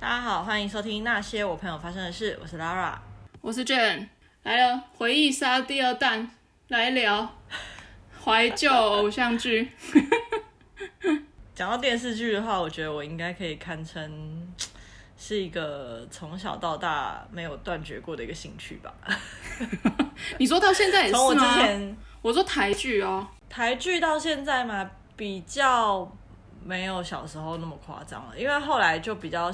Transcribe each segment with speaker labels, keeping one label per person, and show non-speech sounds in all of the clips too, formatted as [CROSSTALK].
Speaker 1: 欢迎收听《那些我朋友发生的事》，我是 Lara。
Speaker 2: 我是 Jane，来了，回忆杀第二弹，来聊怀旧偶像剧。
Speaker 1: 讲到电视剧的话，我觉得我应该可以堪称是一个从小到大没有断绝过的一个兴趣吧。
Speaker 2: 你说到现在也是
Speaker 1: 从我之
Speaker 2: 吗？
Speaker 1: 前
Speaker 2: 我说台剧哦，
Speaker 1: 台剧到现在嘛，比较没有小时候那么夸张了，因为后来就比较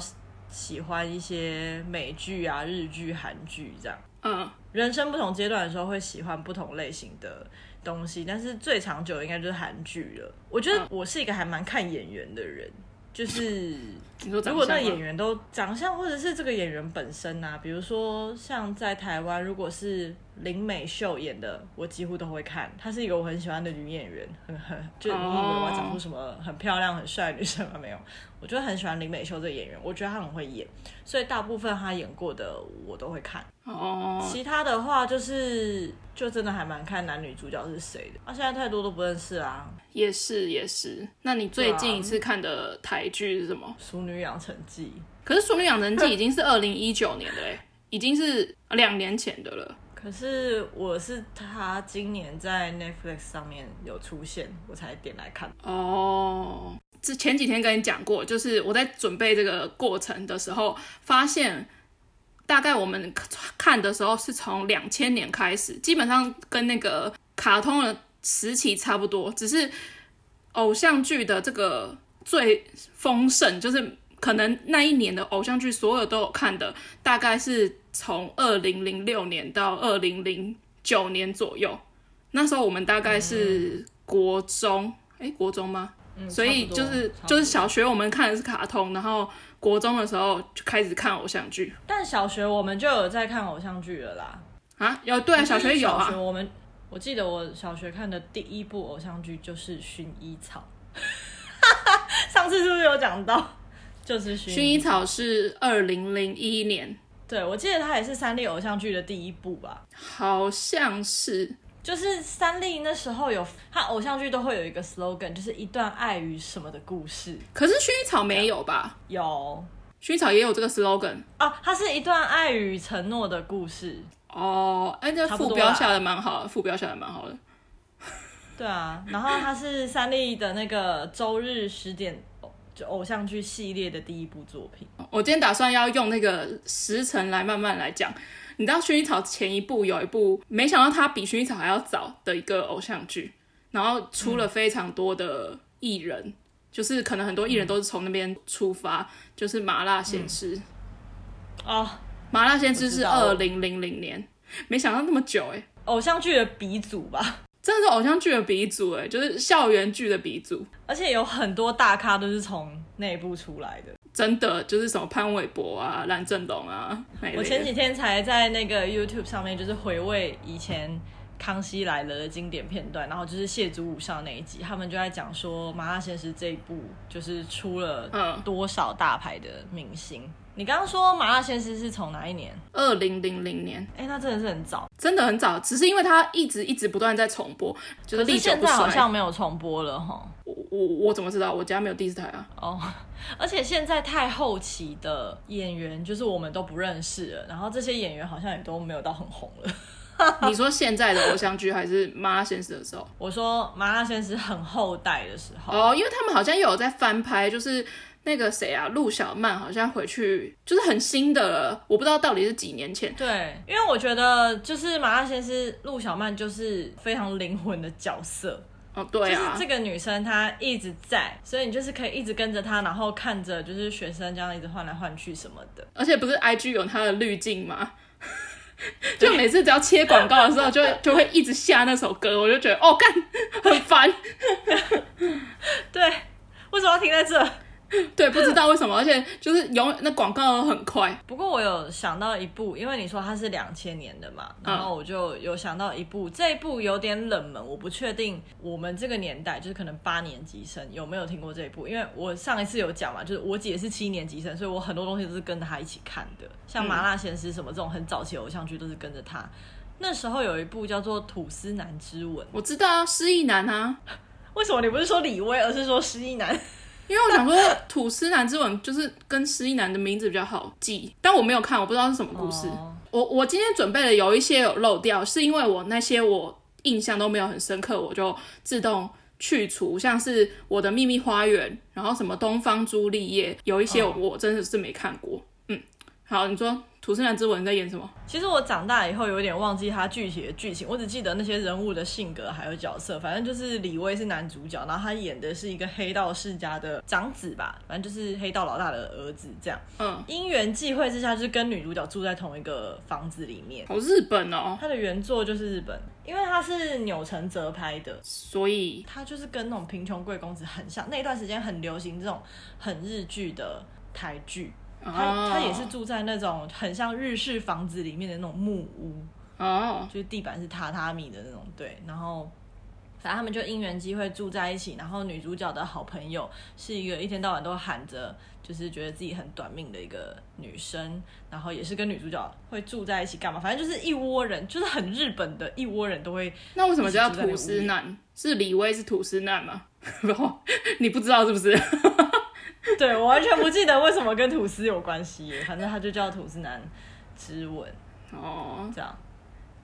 Speaker 1: 喜欢一些美剧啊、日剧、韩剧这样。
Speaker 2: 嗯，
Speaker 1: 人生不同阶段的时候会喜欢不同类型的东西，但是最长久的应该就是韩剧了。我觉得我是一个还蛮看眼缘的人，就是
Speaker 2: 你说
Speaker 1: 如
Speaker 2: 长
Speaker 1: 果那
Speaker 2: 相
Speaker 1: 个演
Speaker 2: 吗？
Speaker 1: 员都长相或者是这个演员本身啊，比如说像在台湾，如果是林美秀演的，我几乎都会看。她是一个我很喜欢的女演员，很很就你以为我要讲出什么很漂亮很帅的女生吗？没有，我就很喜欢林美秀这个演员，我觉得她很会演，所以大部分她演过的我都会看。
Speaker 2: 哦，
Speaker 1: 其他的话就是就真的还蛮看男女主角是谁的，啊，现在太多都不认识啊，
Speaker 2: 也是也是。那你最近一次看的台剧是什么？
Speaker 1: 《熟女养成记》。
Speaker 2: 可是《熟女养成记》已经是二零一九年的嘞，已经是两年前的了。
Speaker 1: 可是我是他今年在 Netflix 上面有出现，我才点来看。
Speaker 2: 哦，之前几天跟你讲过，就是我在准备这个过程的时候，发现大概我们看的时候是从两千年开始，基本上跟那个卡通的时期差不多，只是偶像剧的这个最丰盛，就是可能那一年的偶像剧所有都有看的，大概是从二零零六年到二零零九年左右。那时候我们大概是国中，哎、国中吗？
Speaker 1: 嗯
Speaker 2: 所以
Speaker 1: 差不
Speaker 2: 就
Speaker 1: 多
Speaker 2: 是
Speaker 1: 差不多
Speaker 2: 就是小学我们看的是卡通，然后国中的时候就开始看偶像剧
Speaker 1: 但小学我们就有在看偶像剧了啦。
Speaker 2: 啊，有对啊，小学有
Speaker 1: 小学
Speaker 2: 啊，
Speaker 1: 我们我记得我小学看的第一部偶像剧就是《薰衣草》， [LAUGHS] 上次是不是有讲到？就是薰
Speaker 2: 薰衣草是二零零一年，
Speaker 1: 对，我记得它也是三立偶像剧的第一部吧。
Speaker 2: 好像是
Speaker 1: 就是三立那时候有，他偶像剧都会有一个 slogan，就是一段爱与什么的故事。
Speaker 2: 可是薰衣草没有吧？
Speaker 1: 有
Speaker 2: 薰衣草也有这个 slogan
Speaker 1: 啊，它是一段爱与承诺的故事。
Speaker 2: 哦，哎，这
Speaker 1: 差不
Speaker 2: 副
Speaker 1: 多啊
Speaker 2: 标
Speaker 1: 啦
Speaker 2: 下的蛮好的，副标下的蛮好的。
Speaker 1: 对啊，然后它是三立的那个周日十点偶就偶像剧系列的第一部作品。
Speaker 2: 我今天打算要用那个时辰来慢慢来讲。你知道薰衣草前一部有一部，没想到它比薰衣草还要早的一个偶像剧，然后出
Speaker 1: 嗯
Speaker 2: 了非常多的艺人，就是可能很多
Speaker 1: 嗯
Speaker 2: 艺人都是从那边出发，就是麻辣鲜师。
Speaker 1: 哦，
Speaker 2: 麻辣鲜
Speaker 1: 嗯
Speaker 2: 师
Speaker 1: 我知
Speaker 2: 是
Speaker 1: 道
Speaker 2: 二零零零年，没想到那么久哎、欸
Speaker 1: 偶像剧的鼻祖吧，
Speaker 2: 真的是偶像剧的鼻祖哎、欸就是校园剧的鼻祖，
Speaker 1: 而且有很多大咖都是从那一部出来的。
Speaker 2: 真的就是什么潘玮柏啊、蓝正龙啊那一类的。
Speaker 1: 我前几天才在那个 YouTube 上面就是回味以前《康熙来了》的经典片段，然后就是谢祖武上那一集，他们就在讲说《麻辣鲜师》这一部就是出了
Speaker 2: 嗯
Speaker 1: 多少大牌的明星。你刚刚说《麻辣鲜师》是从哪一年？
Speaker 2: 二零零零年。
Speaker 1: 哎、那真的是很早，
Speaker 2: 真的很早，只是因为它一直一直不断在重播，就是
Speaker 1: 可是
Speaker 2: 历久
Speaker 1: 现
Speaker 2: 不
Speaker 1: 在
Speaker 2: 衰。
Speaker 1: 好像没有重播了哈。
Speaker 2: 我我我怎么知道？我家没有第四台
Speaker 1: [LAUGHS]
Speaker 2: 啊。
Speaker 1: 哦，而且现在太后期的演员就是我们都不认识了，然后这些演员好像也都没有到很红了。
Speaker 2: 你说现在的偶像剧还是《麻辣鲜师》的时候？
Speaker 1: 我说《麻辣鲜师》很后代的时候，
Speaker 2: 哦，因为他们好像有在翻拍，就是那个谁啊，陆小曼好像回去就是很新的了，我不知道到底是几年前。
Speaker 1: 对，因为我觉得就是麻辣鲜师陆小曼就是非常灵魂的角色，
Speaker 2: 哦，对
Speaker 1: 就是
Speaker 2: 啊，
Speaker 1: 这个女生她一直在，所以你就是可以一直跟着她，然后看着就是学生这样一直换来换去什么的。
Speaker 2: 而且不是 IG 有它的滤镜吗？就每次只要切广告
Speaker 1: [LAUGHS]
Speaker 2: 的时候就，就会一直下那首歌，我就觉得哦，干很烦。
Speaker 1: 对，为什么要停在这？
Speaker 2: 对，不知道为什么，而且就是永那广告很快，
Speaker 1: 不过我有想到一部，因为你说它是两千年的嘛，然后我就有想到一部，这一部有点冷门，我不确定我们这个年代，就是可能八年级生有没有听过这一部，因为我上一次有讲嘛，就是我姐是七年级生，所以我很多东西都是跟着她一起看的，像《麻辣鲜师》什么这种很早期的偶像剧都是跟着她。那时候有一部叫做《吐司男之吻》，
Speaker 2: 我知道啊，失忆男啊，
Speaker 1: 为什么你不是说李威，而是说失忆男？
Speaker 2: 因为我想说吐司男之吻就是跟失忆男的名字比较好记，但我没有看，我不知道是什么故事。
Speaker 1: 哦
Speaker 2: 我我今天准备的有一些有漏掉，是因为我那些我印象都没有很深刻，我就自动去除，像是我的秘密花园，然后什么东方朱丽叶，有一些
Speaker 1: 哦
Speaker 2: 我,、我真的是没看过。嗯，好，你说《土生男之吻》你在演什么？
Speaker 1: 其实我长大以后有点忘记它具体的剧情，我只记得那些人物的性格还有角色。反正就是李威是男主角，然后他演的是一个黑道世家的长子吧，反正就是黑道老大的儿子这样。
Speaker 2: 嗯，
Speaker 1: 因缘际会之下，就是跟女主角住在同一个房子里面。
Speaker 2: 好日本哦，
Speaker 1: 他的原作就是日本，因为他是钮承泽拍的，
Speaker 2: 所以
Speaker 1: 他就是跟那种贫穷贵公子很像。那一段时间很流行这种很日剧的台剧，
Speaker 2: 哦
Speaker 1: 他他也是住在那种很像日式房子里面的那种木屋，
Speaker 2: 哦，
Speaker 1: 就是地板是榻榻米的那种，对，然后。反正他们就因缘机会住在一起，然后女主角的好朋友是一个一天到晚都喊着，就是觉得自己很短命的一个女生，然后也是跟女主角会住在一起干嘛？反正就是一窝人，就是很日本的一窝人都会
Speaker 2: 那为什么叫吐司男？是李威是吐司男吗？ [LAUGHS] 然后你不知道是不是？
Speaker 1: 对我完全不记得为什么跟吐司有关系耶，反正他就叫吐司男之吻
Speaker 2: 哦，
Speaker 1: 这样。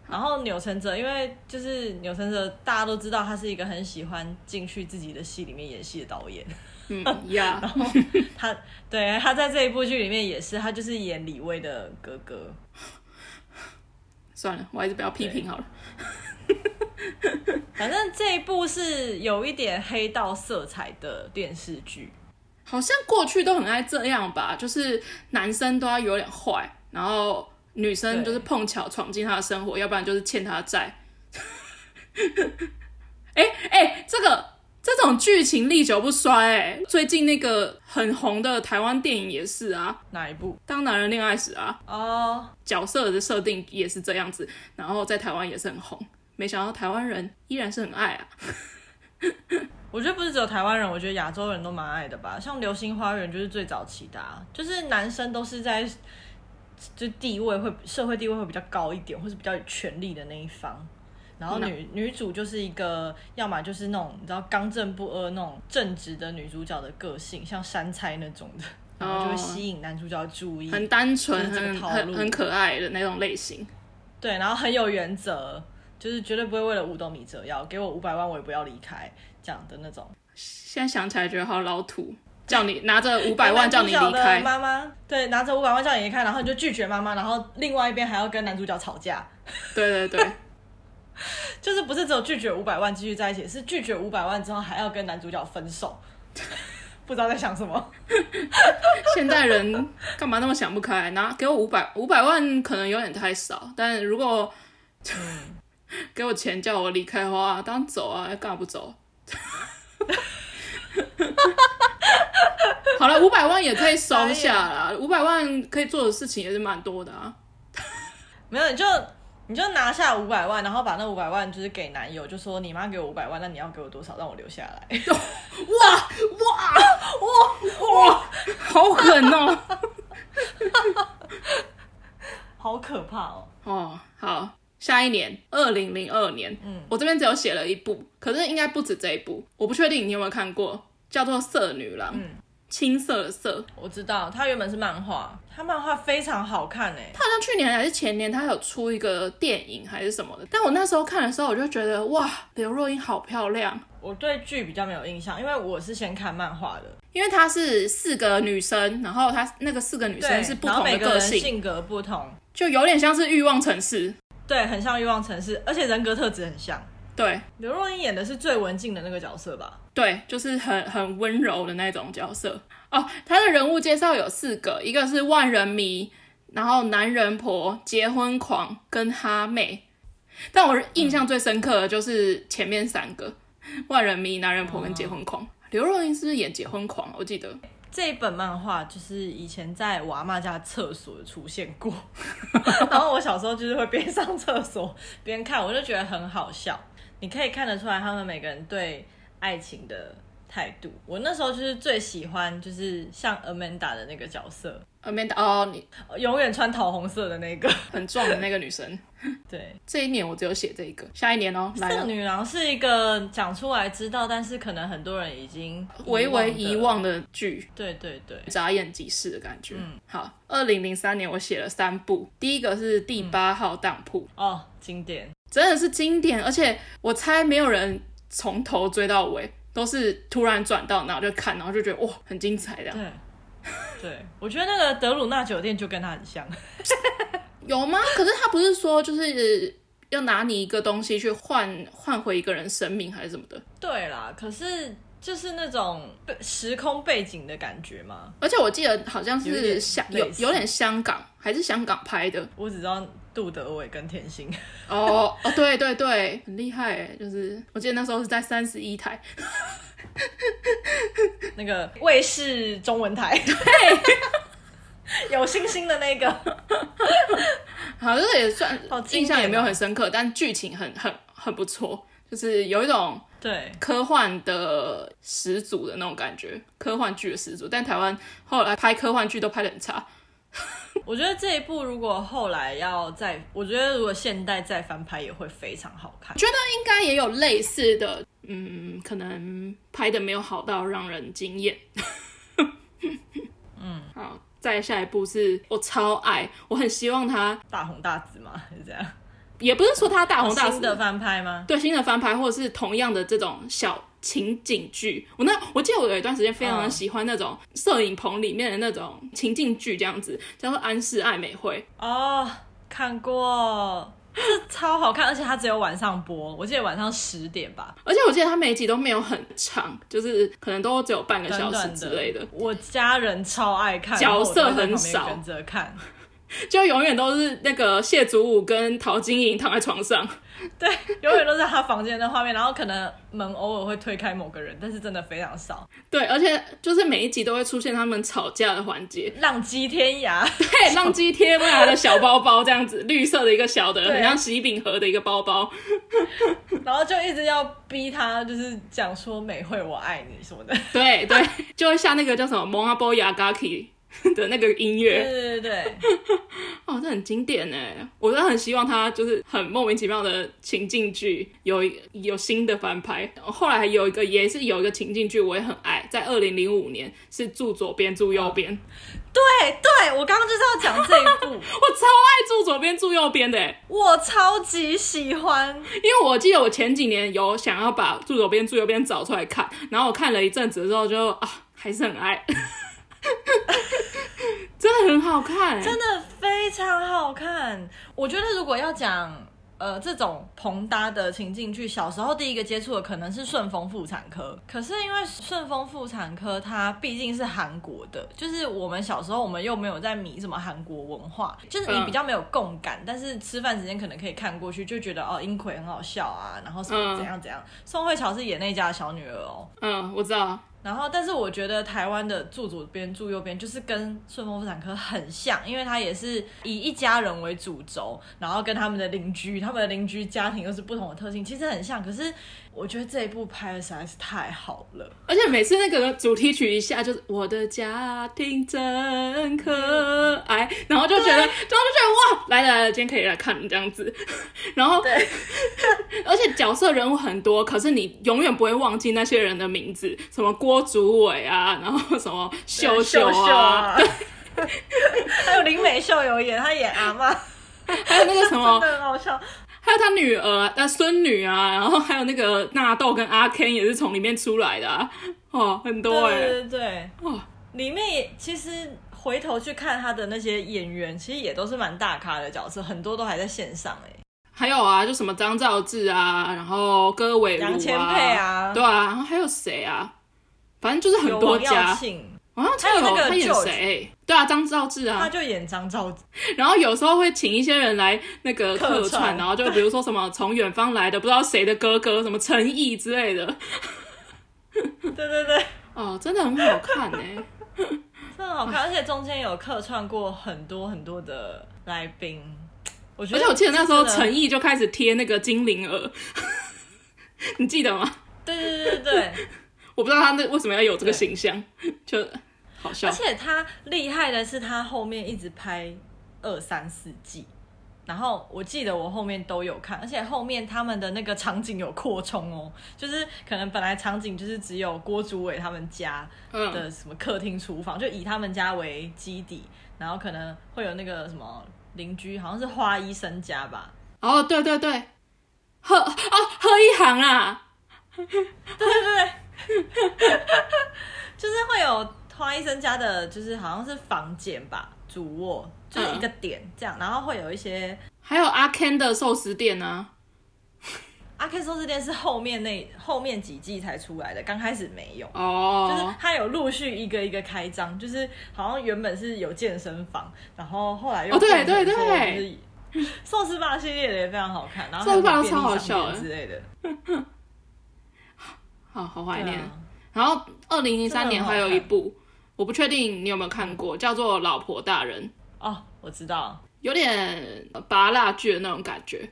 Speaker 1: 然后钮承泽，因为就是钮承泽，大家都知道他是一个很喜欢进去自己的戏里面演戏的导演。
Speaker 2: 嗯呀，
Speaker 1: 他对他在这一部剧里面也是，他就是演李威的哥哥。
Speaker 2: 算了，我还是不要批评好了。
Speaker 1: 反正这一部是有一点黑道色彩的电视剧，
Speaker 2: 好像过去都很爱这样吧，就是男生都要有点坏，然后女生就是碰巧闯进他的生活，要不然就是欠他债。 [LAUGHS] 哎哎、这个这种剧情历久不衰哎、最近那个很红的台湾电影也是啊，
Speaker 1: 哪一部？
Speaker 2: 《当男人恋爱时》啊，
Speaker 1: 哦，
Speaker 2: 角色的设定也是这样子，然后在台湾也是很红。没想到台湾人依然是很爱啊，
Speaker 1: 我觉得不是只有台湾人，我觉得亚洲人都蛮爱的吧。像《流星花园》就是最早期的、啊，就是男生都是在就地位会社会地位会比较高一点，或是比较有权力的那一方。然后女女主就是一个，要么就是那种你知道刚正不阿那种正直的女主角的个性，像山菜那种的，然后就会吸引男主角的注意。
Speaker 2: 很单纯、
Speaker 1: 就是这个
Speaker 2: 很
Speaker 1: 套路
Speaker 2: 很很可爱的那种类型。
Speaker 1: 对，然后很有原则，就是绝对不会为了五斗米折腰，给我五百万我也不要离开这样的那种。
Speaker 2: 现在想起来觉得好老土，叫你拿着五百万叫你
Speaker 1: 男
Speaker 2: 离
Speaker 1: 主角的
Speaker 2: 开，
Speaker 1: 妈妈，对，拿着五百万叫你离开，然后你就拒绝妈妈，然后另外一边还要跟男主角吵架，
Speaker 2: 对对对，
Speaker 1: 就是不是只有拒绝五百万继续在一起，是拒绝五百万之后还要跟男主角分手， [LAUGHS] 不知道在想什么。
Speaker 2: [LAUGHS] 现代人干嘛那么想不开？拿给我五百五百万可能有点太少，但如果嗯 [LAUGHS] 给我钱叫我离开的话，当然走啊，干嘛不走？ [LAUGHS] 好了，五百万也可以收下啦，五百万可以做的事情也是蛮多的啊。
Speaker 1: 没有，你就你就拿下五百万，然后把那五百万就是给男友，就说你妈给我五百万，那你要给我多少让我留下
Speaker 2: [LAUGHS]
Speaker 1: 来？
Speaker 2: 好狠哦！
Speaker 1: 好可怕哦！
Speaker 2: [LAUGHS] 哦，好，下一年，二零零二年，嗯，我这边只有写了一部，可是应该不止这一部，我不确定你有没有看过，叫做《色女郎》，嗯，青色的色，
Speaker 1: 我知道，它原本是漫画，它漫画非常好看欸诶、
Speaker 2: 它好像去年还是前年，它有出一个电影还是什么的，但我那时候看的时候，我就觉得哇，刘若英好漂亮，
Speaker 1: 我对剧比较没有印象，因为我是先看漫画的，
Speaker 2: 因为她是四个女生，然后她那个四个女生
Speaker 1: 对
Speaker 2: 是不
Speaker 1: 然后
Speaker 2: 同
Speaker 1: 每
Speaker 2: 的
Speaker 1: 个
Speaker 2: 个
Speaker 1: 人
Speaker 2: 性，
Speaker 1: 性格不同，
Speaker 2: 就有点像是欲望城市，
Speaker 1: 对，很像《欲望城市》，而且人格特质很像。
Speaker 2: 对。
Speaker 1: 刘若英演的是最文静的那个角色吧？
Speaker 2: 对，就是很很温柔的那种角色哦。他的人物介绍有四个，一个是万人迷，然后男人婆、结婚狂跟哈妹。但我印象最深刻的就是前面三个，万人迷、男人婆跟结婚狂。刘若英是不是演结婚狂？我记得
Speaker 1: 这一本漫画就是以前在我阿妈家厕所出现
Speaker 2: [LAUGHS]
Speaker 1: 过，然后我小时候就是会边上厕所边看，我就觉得很好笑。你可以看得出来，他们每个人对爱情的态度。我那时候就是最喜欢就是像 Amanda 的那个角色，呃
Speaker 2: Amanda 哦，你
Speaker 1: 永远穿桃红色的那个。
Speaker 2: 很壮的那个女生。
Speaker 1: 对，
Speaker 2: 这一年我只有写这一个，下一年哦，来
Speaker 1: 圣
Speaker 2: 了，
Speaker 1: 女郎是一个讲出来知道，但是可能很多人已经
Speaker 2: 微微
Speaker 1: 的
Speaker 2: 遗。忘的剧，
Speaker 1: 对对对，
Speaker 2: 眨眼即逝的感觉。
Speaker 1: 嗯
Speaker 2: 好，二零零三年我写了三部，第一个是《第八号当铺》
Speaker 1: 哦，经典。
Speaker 2: 真的是经典，而且我猜没有人从头追到尾，都是突然转到然后就看，然后就觉得哇很精彩这样。
Speaker 1: 对，对，我觉得那个德鲁纳酒店就跟他很像。
Speaker 2: 有吗？可是他不是说就是要拿你一个东西去换换回一个人生命还是什么的？
Speaker 1: 对啦，可是就是那种背时空背景的感觉嘛。
Speaker 2: 而且我记得好像
Speaker 1: 有一
Speaker 2: 是
Speaker 1: 点
Speaker 2: 香有
Speaker 1: 类似
Speaker 2: 有点香港还是香港拍的
Speaker 1: 我只知道杜德伟跟甜心， [LAUGHS]
Speaker 2: 哦哦对对对，很厉害耶就是我记得那时候是在三十一台，
Speaker 1: 那个卫视中文台，对， [LAUGHS] 有星星的那
Speaker 2: [LAUGHS]
Speaker 1: 个，
Speaker 2: 好，这个也算
Speaker 1: 好经典哦
Speaker 2: 印象也没有很深刻，但剧情很很很不错，就是有一种
Speaker 1: 对，
Speaker 2: 科幻的始祖的那种感觉，科幻剧的始祖。但台湾后来拍科幻剧都拍的很差，
Speaker 1: 我觉得这一部如果后来要再，我觉得如果现代再翻拍也会非常好看。
Speaker 2: 应该也有类似的，嗯，可能拍的没有好到让人惊艳。 [LAUGHS] 嗯，好，再下一部是我超爱，我很希望它，
Speaker 1: 大红大紫嘛，是这样。
Speaker 2: 也不是说它大红大紫
Speaker 1: 新的翻拍吗？
Speaker 2: 对新的翻拍，或者是同样的这种小情景剧。我那我记得我有一段时间非常地
Speaker 1: 嗯
Speaker 2: 喜欢那种摄影棚里面的那种情境剧，这样子叫做《安室爱美惠》。
Speaker 1: 哦，看过，这超好看，而且它只有晚上播，我记得晚上十点吧，
Speaker 2: 而且我记得它每一集都没有很长，就是可能都只有半个
Speaker 1: 短
Speaker 2: 小时
Speaker 1: 短
Speaker 2: 之类的，
Speaker 1: 我家人超爱看，
Speaker 2: 角色
Speaker 1: 然后我都
Speaker 2: 很
Speaker 1: 在
Speaker 2: 少
Speaker 1: 旁边跟着看。
Speaker 2: 就永远都是那个谢祖武跟陶晶莹躺在床上。
Speaker 1: 对，永远都在他房间的画面，然后可能门偶尔会推开某个人，但是真的非常少。
Speaker 2: 对，而且就是每一集都会出现他们吵架的环节，
Speaker 1: 浪迹天涯，
Speaker 2: 对，浪迹天涯的小包包这样子，绿色的一个小的，
Speaker 1: 对
Speaker 2: 很像喜饼盒的一个包包，
Speaker 1: 然后就一直要逼他，就是讲说美惠我爱你什么的。
Speaker 2: [LAUGHS] 对对，就会像那个叫什么《蒙阿波雅嘎 k [LAUGHS] 的那个音
Speaker 1: 对
Speaker 2: 乐，
Speaker 1: 对对对，
Speaker 2: 哦，这很经典哎，我真的很希望它就是很莫名其妙的情境剧有一有新的翻拍。后来还有一个也是有一个情境剧，我也很爱，在二零零五年是住左边住右边，
Speaker 1: 对对，我刚刚就是要讲这一部，
Speaker 2: 我超爱住左边住右边的欸，
Speaker 1: 我超级喜欢。
Speaker 2: 因为我记得我前几年有想要把住左边住右边找出来看，然后我看了一阵子之后就啊，还是很爱， [LAUGHS] 真的很好看欸，
Speaker 1: 真的非常好看。我觉得如果要讲呃这种棚搭的情境剧，小时候第一个接触的可能是《顺风妇产科》，可是因为《顺风妇产科》它毕竟是韩国的，就是我们小时候我们又没有在迷什么韩国文化， [LAUGHS] 就是你
Speaker 2: 嗯
Speaker 1: 比较没有共感，但是吃饭时间可能可以看过去，就觉得哦英奎很好笑啊，然后什么
Speaker 2: 嗯
Speaker 1: 怎样怎样。宋慧乔是演那家的小女儿哦，
Speaker 2: 嗯，我知道，
Speaker 1: 然后，但是我觉得台湾的住左边住右边，就是跟顺风妇产科很像，因为它也是以一家人为主轴，然后跟他们的邻居，他们的邻居家庭又是不同的特性，其实很像。可是我觉得这一部拍的实在是太好了，
Speaker 2: 而且每次那个主题曲一下就是我的家庭真可爱，然后就觉得，然后就觉得哇，来了来了，今天可以来看这样子， [LAUGHS] 然后， [LAUGHS] 而且角色人物很多，可是你永远不会忘记那些人的名字，什么郭祖伟啊，然后什么秀秀啊，，
Speaker 1: 还有林美秀有演，她演阿妈，
Speaker 2: 还有那个什
Speaker 1: [LAUGHS] 真
Speaker 2: 么，
Speaker 1: 的很好笑。
Speaker 2: 还有他女儿、他孙女啊，然后还有那个纳豆跟阿 Ken 也是从里面出来的、啊，哦，很多哎、
Speaker 1: 对对对，
Speaker 2: 哇
Speaker 1: 里面也其实回头去看他的那些演员，其实也都是蛮大咖的角色，很多都还在线上哎、
Speaker 2: 还有啊，就什么张兆志啊，然后歌伟如啊，
Speaker 1: 杨千霈啊
Speaker 2: 对啊，然后还有谁啊？反正就是很
Speaker 1: 有
Speaker 2: 多
Speaker 1: 王耀
Speaker 2: 家。
Speaker 1: 庆。
Speaker 2: 好像
Speaker 1: 还有那个
Speaker 2: 他演
Speaker 1: George
Speaker 2: 谁？对啊，张兆志
Speaker 1: 他
Speaker 2: 啊。
Speaker 1: 就演张兆子， [LAUGHS]
Speaker 2: 然后有时候会请一些人来那个
Speaker 1: 客
Speaker 2: 客
Speaker 1: 串
Speaker 2: 串，然后就比如说什么从远方来的不知道谁的哥哥，什么陈毅之类的。
Speaker 1: 对对对，
Speaker 2: 哦，真的很好看哎、
Speaker 1: [LAUGHS] 真的好看，而且中间有客串过很多很多的来宾，我觉
Speaker 2: 而
Speaker 1: 得，
Speaker 2: 且我记得那时候
Speaker 1: 真的
Speaker 2: 陈毅就开 [LAUGHS] 始贴那个精灵耳，你记得吗？ [LAUGHS]
Speaker 1: 对对对对对，
Speaker 2: 我不知道他那为什么要有这个形象，就好笑
Speaker 1: 而。且他厉害的是，他后面一直拍二三四季，然后我记得我后面都有看，而且后面他们的那个场景有扩充哦，就是可能本来场景就是只有郭祖伟他们家
Speaker 2: 嗯，
Speaker 1: 的什么客厅、厨房，就以他们家为基底，然后可能会有那个什么邻居，好像是花医生家吧，
Speaker 2: 哦，对对对，贺哦贺一航啊，
Speaker 1: 就是会有花医生家的，就是好像是房间吧，主卧就是一个点这样，然后会有一些
Speaker 2: 还有阿 Ken 的寿司店啊，
Speaker 1: 阿 K 寿司店是后面那后面几季才出来的，刚开始没有。就是
Speaker 2: 哦，
Speaker 1: 它有陆续一个一个开张，就是好像原本是有健身房，然后后来又
Speaker 2: 哦对
Speaker 1: 变成
Speaker 2: 对
Speaker 1: 说
Speaker 2: 对
Speaker 1: 就是寿司吧系列的也非常好看，然后
Speaker 2: 寿司吧
Speaker 1: 还有便利
Speaker 2: 超好
Speaker 1: 商店
Speaker 2: 笑的
Speaker 1: 之类的，
Speaker 2: 好好怀
Speaker 1: 对
Speaker 2: 念。
Speaker 1: 啊
Speaker 2: 然后二零零
Speaker 1: 真的
Speaker 2: 三
Speaker 1: 很
Speaker 2: 年
Speaker 1: 好
Speaker 2: 还有一
Speaker 1: 看
Speaker 2: 部，我不确定你有没有看过，叫做《老婆大人》。
Speaker 1: 哦，我知道，
Speaker 2: 有点呃拔蜡剧的那种感觉。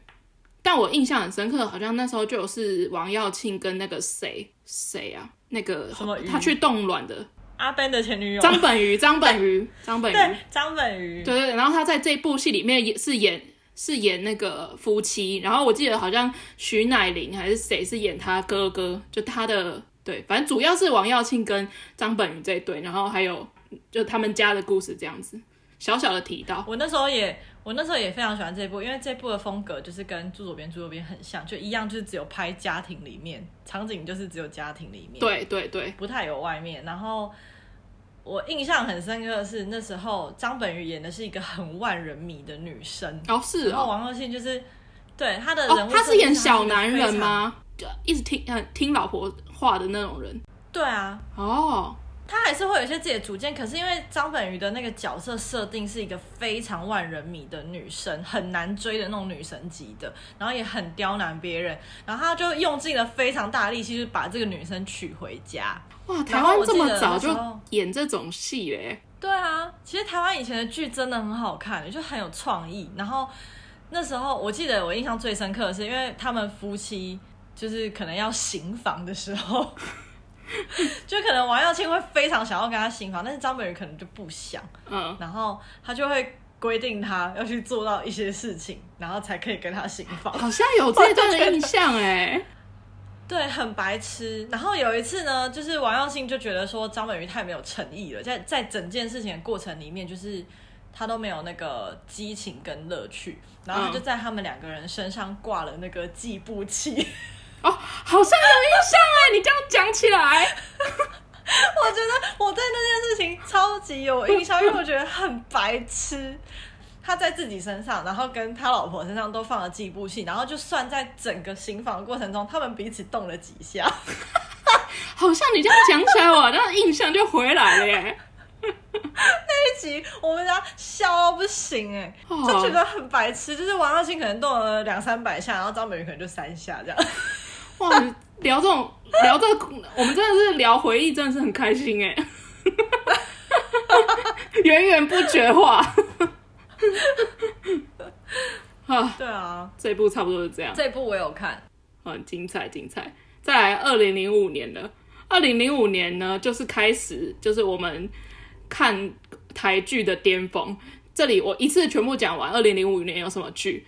Speaker 2: 但我印象很深刻，好像那时候就是王耀庆跟那个谁谁啊，那个
Speaker 1: 什么鱼
Speaker 2: 他去冻卵的
Speaker 1: 阿 Ben 的前女友，
Speaker 2: 张本鱼，张本鱼，张本
Speaker 1: [LAUGHS] 对
Speaker 2: 鱼，
Speaker 1: 张本鱼，
Speaker 2: 对对。对然后他在这部戏里面也是演是演那个夫妻，然后我记得好像徐乃麟还是谁是演他哥哥，就他的对，反正主要是王耀庆跟张本鱼这一对，然后还有就他们家的故事这样子，小小的提到。
Speaker 1: 我那时候也，我那时候也非常喜欢这部，因为这部的风格就是跟《住左边住右边》很像，就一样，就是只有拍家庭里面场景，就是只有家庭里面，，
Speaker 2: 对对对，
Speaker 1: 不太有外面。然后我印象很深刻的是，那时候张本鱼演的是一个很万人迷的女生，
Speaker 2: 哦是
Speaker 1: 然
Speaker 2: 哦
Speaker 1: 后，王若信就是对她的人
Speaker 2: 哦
Speaker 1: 物，，
Speaker 2: 他是演小男
Speaker 1: 非
Speaker 2: 人
Speaker 1: 常？
Speaker 2: 吗？就一直听嗯听老婆话的那种人。
Speaker 1: 对啊，
Speaker 2: 哦，
Speaker 1: 他还是会有一些自己的主见，可是因为张本鱼的那个角色设定是一个非常万人迷的女神，很难追的那种女神级的，然后也很刁难别人，然后他就用尽了非常大的力气，就是把这个女生娶回家。
Speaker 2: 哇，台
Speaker 1: 然后
Speaker 2: 湾
Speaker 1: 我
Speaker 2: 这
Speaker 1: 记
Speaker 2: 么
Speaker 1: 得
Speaker 2: 早
Speaker 1: 那时
Speaker 2: 就
Speaker 1: 候
Speaker 2: 演这种戏嘞，
Speaker 1: 对啊，其实台湾以前的剧真的很好看，就很有创意。然后那时候我记得我印象最深刻的是，因为他们夫妻就是可能要行房的时候， [LAUGHS] 就可能王耀庆会非常想要跟他行房，但是张本鱼可能就不想。
Speaker 2: 嗯，
Speaker 1: 然后他就会规定他要去做到一些事情，然后才可以跟他行房。
Speaker 2: 好像有这一段的印象哎。
Speaker 1: [LAUGHS] 对，很白痴。然后有一次呢，就是王耀庆就觉得说张本鱼太没有诚意了，在在整件事情的过程里面，就是他都没有那个激情跟乐趣，然后他就在他们两个人身上挂了那个计步器。
Speaker 2: 哦，好像有印象哎，你这样讲起来，
Speaker 1: [LAUGHS] 我觉得我对那件事情超级有印
Speaker 2: [LAUGHS]
Speaker 1: 象，因为我觉得很白痴。他在自己身上，然后跟他老婆身上都放了计步器，然后就算在整个行房的过程中，他们彼此动了几下。 [LAUGHS]
Speaker 2: 好像你这样讲起来，我那印象就回来了耶。
Speaker 1: 这集我们家笑到不行哎、
Speaker 2: 哦
Speaker 1: [LAUGHS] 就觉得很白痴。就是王耀庆可能动了两三百下，然后张本宇可能就三下这样。 [LAUGHS]
Speaker 2: 哦哇，你聊这种聊这个，我们真的是聊回忆，真的是很开心哎， [LAUGHS] 源源不绝话。 [LAUGHS] 啊，
Speaker 1: 对啊，
Speaker 2: 这一部差不多是这样，
Speaker 1: 这部我有看，
Speaker 2: 很嗯精彩，精彩。再来，二零零五年了，二零零五年呢，就是开始，就是我们看台剧的巅峰。这里我一次全部讲完，二零零五年有什么剧？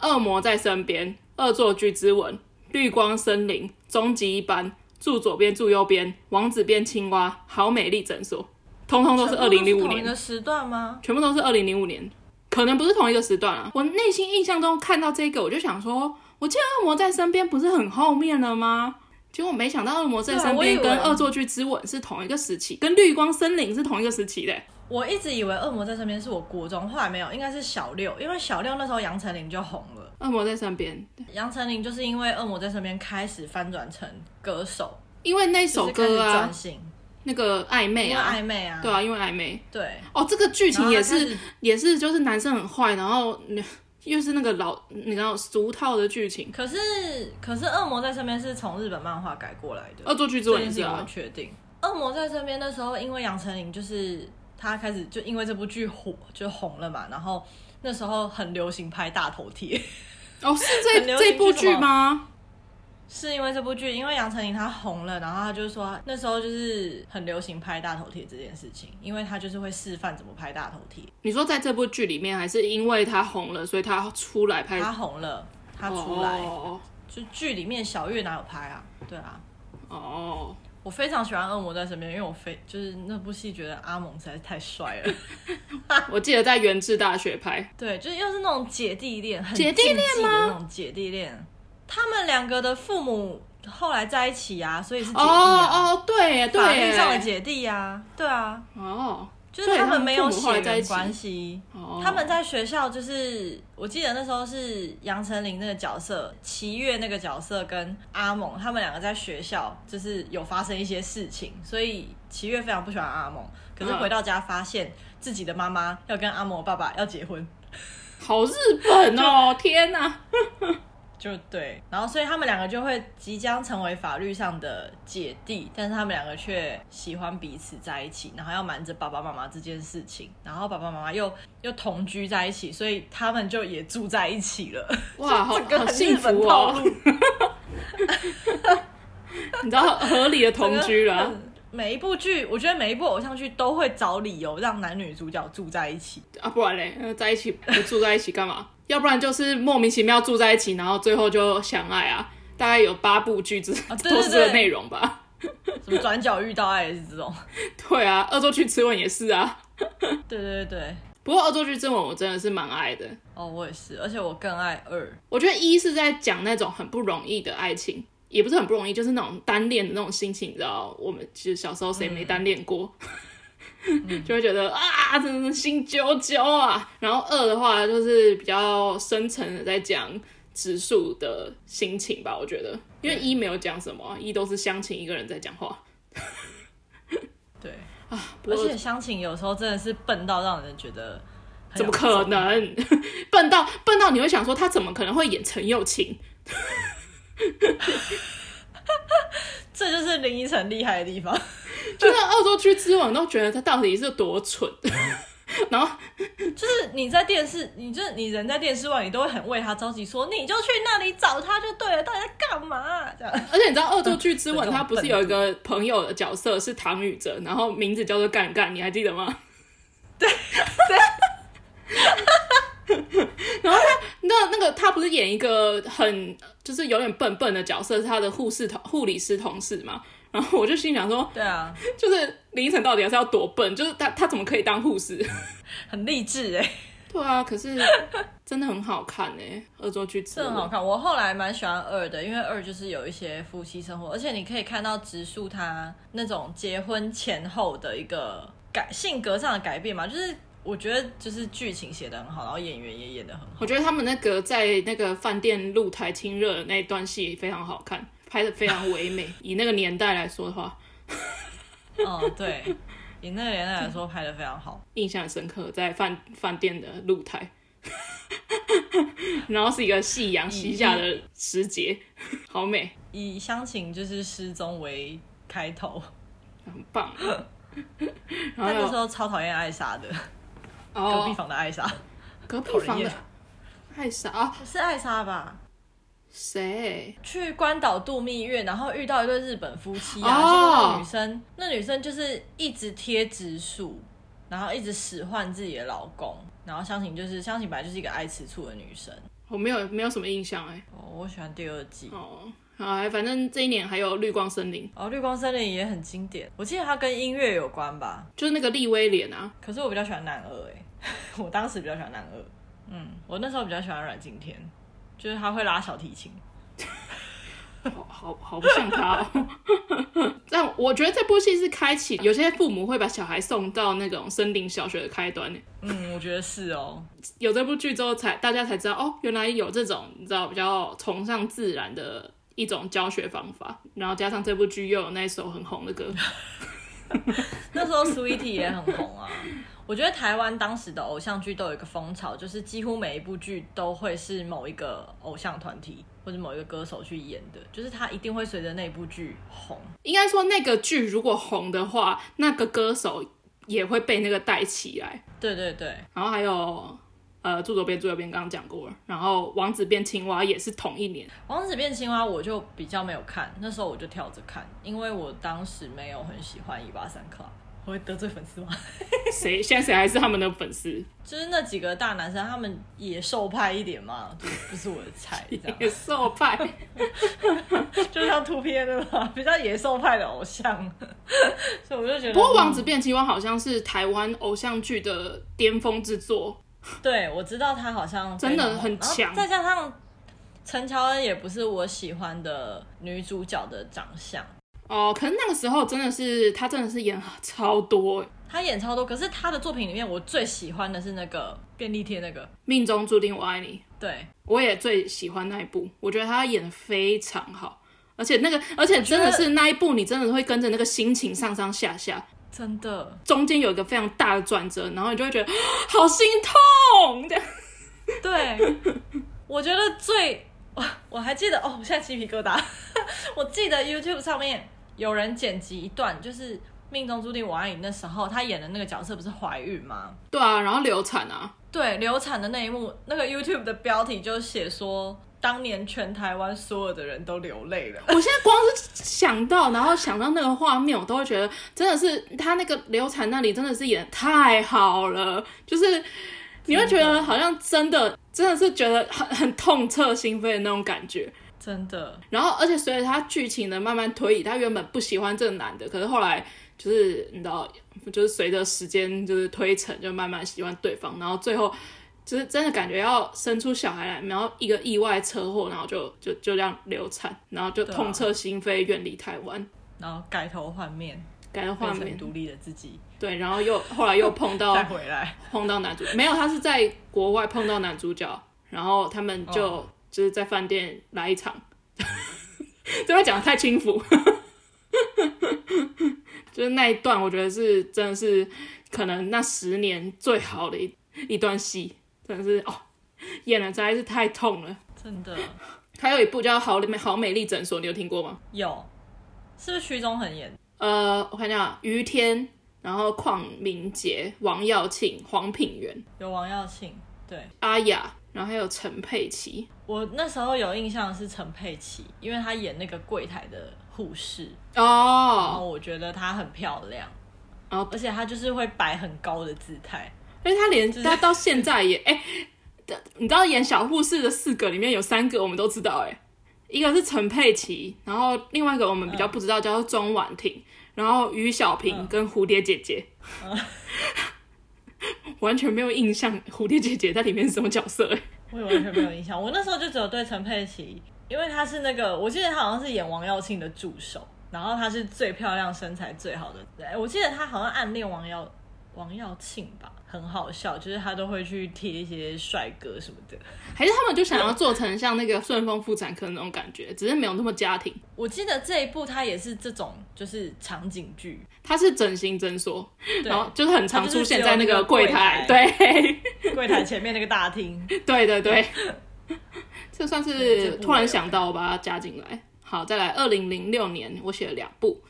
Speaker 2: 《恶魔在身边》《恶作剧之吻》《绿光森林》《终极一班》《住左边住右边》《王子变青蛙》《好美丽诊所》，通通都是二零零五
Speaker 1: 同一
Speaker 2: 年
Speaker 1: 个时段吗？
Speaker 2: 全部都是二零零五年，可能不是同一个时段啊。我内心印象中看到这个，我就想说，我记得恶魔在身边不是很后面了吗？结果没想到恶魔在
Speaker 1: 对啊
Speaker 2: 身边
Speaker 1: 我以
Speaker 2: 跟
Speaker 1: 为
Speaker 2: 恶作剧之吻是同一个时期，跟绿光森林是同一个时期的。
Speaker 1: 我一直以为《恶魔在身边》是我国中，后来没有，应该是小六，因为小六那时候杨丞琳就红了。
Speaker 2: 恶魔在身边，
Speaker 1: 杨丞琳就是因为《恶魔在身边》开始翻转成歌手，
Speaker 2: 因为那
Speaker 1: 就
Speaker 2: 首
Speaker 1: 是开始
Speaker 2: 歌
Speaker 1: 转
Speaker 2: 啊，
Speaker 1: 型，
Speaker 2: 那个暧
Speaker 1: 因
Speaker 2: 昧
Speaker 1: 为
Speaker 2: 啊，
Speaker 1: 暧昧啊，
Speaker 2: 对啊，因为暧昧。
Speaker 1: 对，
Speaker 2: 哦，这个剧
Speaker 1: 然
Speaker 2: 情
Speaker 1: 后
Speaker 2: 也
Speaker 1: 他开
Speaker 2: 是
Speaker 1: 始
Speaker 2: 也是，就是男生很坏，然后 [LAUGHS] 嗯又是那个老你知道俗套的剧情。
Speaker 1: 可是可是《恶魔在身边》是从日本漫画改过来的，
Speaker 2: 恶作剧之
Speaker 1: 这
Speaker 2: 吻
Speaker 1: 件事
Speaker 2: 也哦是
Speaker 1: 情我
Speaker 2: 啊，
Speaker 1: 确定。《恶魔在身边》那时候，因为杨丞琳就是她开始就因为这部剧火就红了嘛，然后那时候很流行拍大头贴， [LAUGHS]
Speaker 2: 哦，是
Speaker 1: 很
Speaker 2: 这
Speaker 1: 流
Speaker 2: 这
Speaker 1: 行
Speaker 2: 部
Speaker 1: 去什么
Speaker 2: 剧吗？
Speaker 1: 是因为这部剧，因为杨丞琳她红了，然后她就说那时候就是很流行拍大头贴这件事情，因为她就是会示范怎么拍大头贴。
Speaker 2: 你说在这部剧里面，还是因为他红了，所以他出来拍？
Speaker 1: 她红了，她出来，
Speaker 2: 哦
Speaker 1: 就剧里面小月哪有拍啊？对啊，
Speaker 2: 哦，
Speaker 1: 我非常喜欢《恶魔在身边》，因为我非就是那部戏觉得阿蒙实在是太帅了。 [LAUGHS]
Speaker 2: 哦我记得在原治大学拍，
Speaker 1: 对，就是又是那种姐弟恋，很
Speaker 2: 姐弟恋
Speaker 1: 禁忌的那种姐弟恋，他们两个的父母后来在一起啊，所以是姐弟啊，
Speaker 2: 哦哦，对耶对
Speaker 1: 法律上的
Speaker 2: 耶，
Speaker 1: 姐弟啊，对啊，
Speaker 2: 哦
Speaker 1: 就是他
Speaker 2: 对他
Speaker 1: 们
Speaker 2: 们
Speaker 1: 没有
Speaker 2: 父母后
Speaker 1: 血
Speaker 2: 来在一
Speaker 1: 缘
Speaker 2: 起
Speaker 1: 关系。
Speaker 2: 哦，
Speaker 1: 他们在学校就是，我记得那时候是杨丞琳那个角色，齐月那个角色跟阿猛他们两个在学校就是有发生一些事情，所以齐月非常不喜欢阿猛。可是
Speaker 2: 嗯
Speaker 1: 回到家发现自己的妈妈要跟阿猛的爸爸要结婚，
Speaker 2: 好日
Speaker 1: [LAUGHS]
Speaker 2: 本哦，天哪，
Speaker 1: 就对，然后所以他们两个就会即将成为法律上的姐弟，但是他们两个却喜欢彼此在一起，然后要瞒着爸爸妈妈这件事情，然后爸爸妈妈又又同居在一起，所以他们就也住在一起了。
Speaker 2: 哇，好
Speaker 1: 这个
Speaker 2: 好
Speaker 1: 很
Speaker 2: 幸
Speaker 1: 日
Speaker 2: 福
Speaker 1: 本套
Speaker 2: 哦，
Speaker 1: 路，
Speaker 2: [LAUGHS] 你知道合理的同居
Speaker 1: [LAUGHS]
Speaker 2: 啦，
Speaker 1: 每一部剧，我觉得每一部偶像剧都会找理由让男女主角住在一起。
Speaker 2: 啊，不然嘞，呃在一起不住在一起干嘛？要不然就是莫名其妙住在一起，然后最后就相爱啊。大概有八部剧之、
Speaker 1: 啊对
Speaker 2: 都是这个
Speaker 1: 对对
Speaker 2: 内容吧？
Speaker 1: 什么转角遇到爱也是这种。
Speaker 2: 对啊，《恶作剧之吻》也是啊。
Speaker 1: 对对对对，
Speaker 2: 不过《恶作剧之吻》我真的是蛮爱的。
Speaker 1: 哦，我也是，而且我更爱二。
Speaker 2: 我觉得一是在讲那种很不容易的爱情，也不是很不容易，就是那种单恋的那种心情，你知道，我们其实小时候谁没单恋过，
Speaker 1: 嗯
Speaker 2: [LAUGHS] 就会觉得啊，真的是心揪揪啊。然后二的话就是比较深层的在讲植树的心情吧，我觉得，因为一没有讲什么啊，一都是湘琴一个人在讲话。
Speaker 1: 对，
Speaker 2: 不
Speaker 1: 而
Speaker 2: 过
Speaker 1: 且湘琴有时候真的是笨到让人觉得很
Speaker 2: 怎
Speaker 1: 有
Speaker 2: 么可
Speaker 1: 种？
Speaker 2: 能哎 [LAUGHS] 笨到笨到你会想说他怎么可能会演陈又琴？
Speaker 1: 这就是林依晨厉害的地方。
Speaker 2: [LAUGHS]
Speaker 1: [LAUGHS]
Speaker 2: 就是恶作剧之吻都觉得他到底是多蠢， [LAUGHS] 然后
Speaker 1: 就是你在电视，你就是你人在电视外，你都会很为他着急说你就去那里找他就对了，到底在干嘛、啊这样？
Speaker 2: 而且你知道《恶作剧之
Speaker 1: 这
Speaker 2: 吻》
Speaker 1: 种
Speaker 2: 它不是有一个朋友的角色是唐禹哲，然后名字叫做干干，你还记得 [LAUGHS] 吗？ [LAUGHS] 对。然后他那那个他不是演一个很就是有点笨笨的角色，是他的护士同护理师同事嘛。然后我就心想说，
Speaker 1: 对啊，
Speaker 2: 就是林依晨到底还是要多笨？就是他他怎么可以当护士？
Speaker 1: [LAUGHS] 很励志哎、
Speaker 2: 对啊，可是真的很好看哎、恶作剧之
Speaker 1: 这
Speaker 2: 吻
Speaker 1: 很好看，我后来蛮喜欢二的，因为二就是有一些夫妻生活，而且你可以看到植树他那种结婚前后的一个改性格上的改变嘛，就是我觉得就是剧情写的很好，然后演员也演的很好。
Speaker 2: 我觉得他们那个在那个饭店露台亲热的那一段戏非常好看，拍的非常
Speaker 1: [LAUGHS]
Speaker 2: 唯美。以那个年代来说的话，
Speaker 1: 嗯，对，以那个年代来说拍的非常好。
Speaker 2: 印象很深刻，在饭饭店的露台， [LAUGHS] 然后是一个夕阳西下的时节，好美，
Speaker 1: 以湘琴就是失踪为开头，
Speaker 2: 很棒。然
Speaker 1: 他
Speaker 2: 后
Speaker 1: 那
Speaker 2: 有
Speaker 1: 时候超讨厌艾莎的，隔壁
Speaker 2: 哦，
Speaker 1: 房的艾莎、
Speaker 2: 隔壁房
Speaker 1: 讨
Speaker 2: 的
Speaker 1: 厌
Speaker 2: 艾莎啊，
Speaker 1: 是艾莎吧？
Speaker 2: 谁？
Speaker 1: 去关岛度蜜月，然后遇到一对日本夫妻啊，
Speaker 2: 哦
Speaker 1: 结果那个女生，那女生就是一直贴植树，然后一直使唤自己的老公，然后湘琴就是湘琴本来就是一个爱吃醋的女生。
Speaker 2: 我没有没有什么印象哎、
Speaker 1: 哦，我喜欢第二季。
Speaker 2: 哦，哎，反正这一年还有《绿光森林》，
Speaker 1: 哦，绿光森林也很经典，我记得它跟音乐有关吧？
Speaker 2: 就是那个利威廉啊，
Speaker 1: 可是我比较喜欢男二哎、欸 [LAUGHS] 我当时比较喜欢男二。嗯，我那时候比较喜欢阮经天，就是他会拉小提琴。
Speaker 2: 好好好不像他哦。 [LAUGHS] 但我觉得这部戏是开启有些父母会把小孩送到那种森林小学的开端耶。
Speaker 1: 嗯，我觉得是哦。
Speaker 2: 有这部剧之后才，大家才知道哦，原来有这种你知道比较崇尚自然的一种教学方法。然后加上这部剧又有那首很红的歌，
Speaker 1: 那时候 Sweetie 也很红啊。我觉得台湾当时的偶像剧都有一个风潮，就是几乎每一部剧都会是某一个偶像团体或者某一个歌手去演的，就是他一定会随着那部剧红。
Speaker 2: 应该说那个剧如果红的话，那个歌手也会被那个带起来。
Speaker 1: 对对对，
Speaker 2: 然后还有啊，呃，住左边住右边刚刚讲过了，然后王子变青蛙也是同一年，
Speaker 1: 王子变青蛙我就比较没有看，那时候我就跳着看，因为我当时没有很喜欢一八三 club，我会得罪粉丝吗？ [LAUGHS]
Speaker 2: 谁现在谁还是他们的粉丝？
Speaker 1: 就是那几个大男生，他们野兽派一点嘛，就不是我的菜，这样
Speaker 2: 野兽派，
Speaker 1: 就像图片的嘛， [LAUGHS] 比较野兽派的偶像， [LAUGHS] 所以我就觉得。
Speaker 2: 不过王子变青蛙好像是台湾偶像剧的巅峰之作，
Speaker 1: 嗯对，我知道他好像
Speaker 2: 真
Speaker 1: 非
Speaker 2: 的
Speaker 1: 常红
Speaker 2: 很强
Speaker 1: 然后再加上陈乔恩也不是我喜欢的女主角的长相，
Speaker 2: 哦，可是那个时候真的是他真的是演超多，《
Speaker 1: 她演超多，可是她的作品里面我最喜欢的是那个便利贴那个，
Speaker 2: 命中注定我爱你》，
Speaker 1: 对，
Speaker 2: 我也最喜欢那一部，我觉得他演的非常好，而且那个而且真的是那一部，你真的会跟着那个心情上上下下，
Speaker 1: 真的，
Speaker 2: 中间有一个非常大的转折，然后你就会觉得 [GASPS] 好心痛，这样
Speaker 1: 对，我觉得最我我还记得哦，我现在鸡皮疙瘩， [LAUGHS] 我记得 YouTube 上面有人剪辑一段，就是《命中注定我爱你》那时候她演的那个角色不是怀孕吗？
Speaker 2: 对啊，然后流产啊，
Speaker 1: 对，流产的那一幕，那个 YouTube 的标题就写说，当年全台湾所有的人都流泪了。
Speaker 2: 我现在光是想到，然后想到那个画面，我都会觉得真的是他那个流产那里真的是演得太好了，就是你会觉得好像真的真的是觉得很很痛彻心扉的那种感觉。
Speaker 1: 真的，
Speaker 2: 然后，而且随着他剧情的慢慢推移，他原本不喜欢这个男的，可是后来就是你知道，就是随着时间就是推陈，就慢慢喜欢对方，然后最后就是真的感觉要生出小孩来，然后一个意外车祸，然后就就就这样流产，然后就
Speaker 1: 对啊
Speaker 2: 痛彻心扉，远离台湾，
Speaker 1: 然后改头换面，
Speaker 2: 改变画
Speaker 1: 变成
Speaker 2: 面，
Speaker 1: 独立的自己，
Speaker 2: 对，然后又后来又
Speaker 1: [LAUGHS]
Speaker 2: 碰到
Speaker 1: 再回来。
Speaker 2: 碰到男主，没有，他是在国外碰到男主角，然后他们就、
Speaker 1: 哦
Speaker 2: 就是在饭店来一场， [LAUGHS] 这会讲得太轻浮， [LAUGHS] 就是那一段，我觉得是真的是可能那十年最好的一一段戏，真的是哦，演的实在是太痛了。
Speaker 1: 真的
Speaker 2: 还有一部叫《好美好美丽诊所》，你有听过吗？
Speaker 1: 有，是不是徐宗很演？
Speaker 2: 呃，我看一下，于天，然后邝明杰、王耀庆、黄品源、
Speaker 1: 有王耀庆，对
Speaker 2: 阿雅，然后还有陈佩琪。
Speaker 1: 我那时候有印象是陈佩琪，因为她演那个柜台的护士，然
Speaker 2: 哦，
Speaker 1: 后我觉得她很漂亮，
Speaker 2: 哦
Speaker 1: 而且她就是会摆很高的姿态。
Speaker 2: 因为他连
Speaker 1: 是
Speaker 2: 他到现在也哎、这你知道演小护士的四个里面有三个我们都知道哎、一个是陈佩琪，然后另外一个我们比较不知道、叫做钟婉婷，然后于小
Speaker 1: 嗯
Speaker 2: 平跟蝴蝶姐姐， [LAUGHS] 完全没有印象蝴蝶姐姐在里面是什么角色哎、
Speaker 1: 我也完全没有印象。我那时候就只有对陈佩琪，因为她是那个，我记得她好像是演王耀庆的助手，然后她是最漂亮、身材最好的。哎我记得她好像暗恋王耀王耀庆吧，很好笑，就是她都会去贴一些帅哥什么的。
Speaker 2: 还是他们就想要做成像那个顺丰妇产科那种感觉，只是没有那么家庭。
Speaker 1: 我记得这一部她也是这种，就是场景剧，
Speaker 2: 它是整形诊所，
Speaker 1: 对
Speaker 2: 然，后就是很常
Speaker 1: 它就是
Speaker 2: 出现
Speaker 1: 只有
Speaker 2: 在那
Speaker 1: 那个
Speaker 2: 个柜
Speaker 1: 柜
Speaker 2: 台，
Speaker 1: 台
Speaker 2: 对。
Speaker 1: [LAUGHS] 柜台前面那个大厅。
Speaker 2: 对对对，这算
Speaker 1: 对
Speaker 2: 是
Speaker 1: 这部
Speaker 2: 突然想到，我把它加进来。好，再来，二零零六年我写了两部，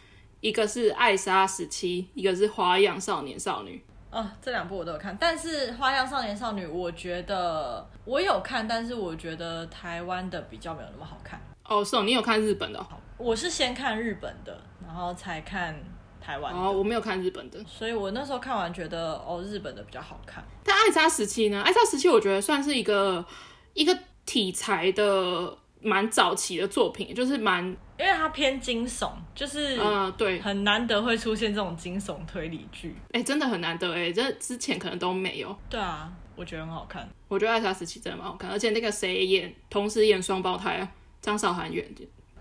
Speaker 2: 一个是《艾莎时期》，一个是《花样少年少女》。
Speaker 1: 哦，这两部我都有看，但是《花样少年少女》，我觉得我有看，但是我觉得台湾的比较没有那么好看。
Speaker 2: 哦，是哦，你有看日本的哦？
Speaker 1: 我是先看日本的，然后才看台湾的，
Speaker 2: 哦，我没有看日本的。
Speaker 1: 所以我那时候看完觉得哦，日本的比较好看。
Speaker 2: 但《艾莎时期》呢？《艾莎时期》我觉得算是一个一个题材的蛮早期的作品，就是蛮
Speaker 1: 因为它偏惊悚，就是
Speaker 2: 呃，对，
Speaker 1: 很难得会出现这种惊悚推理剧。
Speaker 2: 哎，真的很难得哎，这之前可能都没有。
Speaker 1: 对啊，我觉得很好看。
Speaker 2: 我觉得《艾莎时期》真的蛮好看，而且那个谁演，同时演双胞胎啊，张韶涵演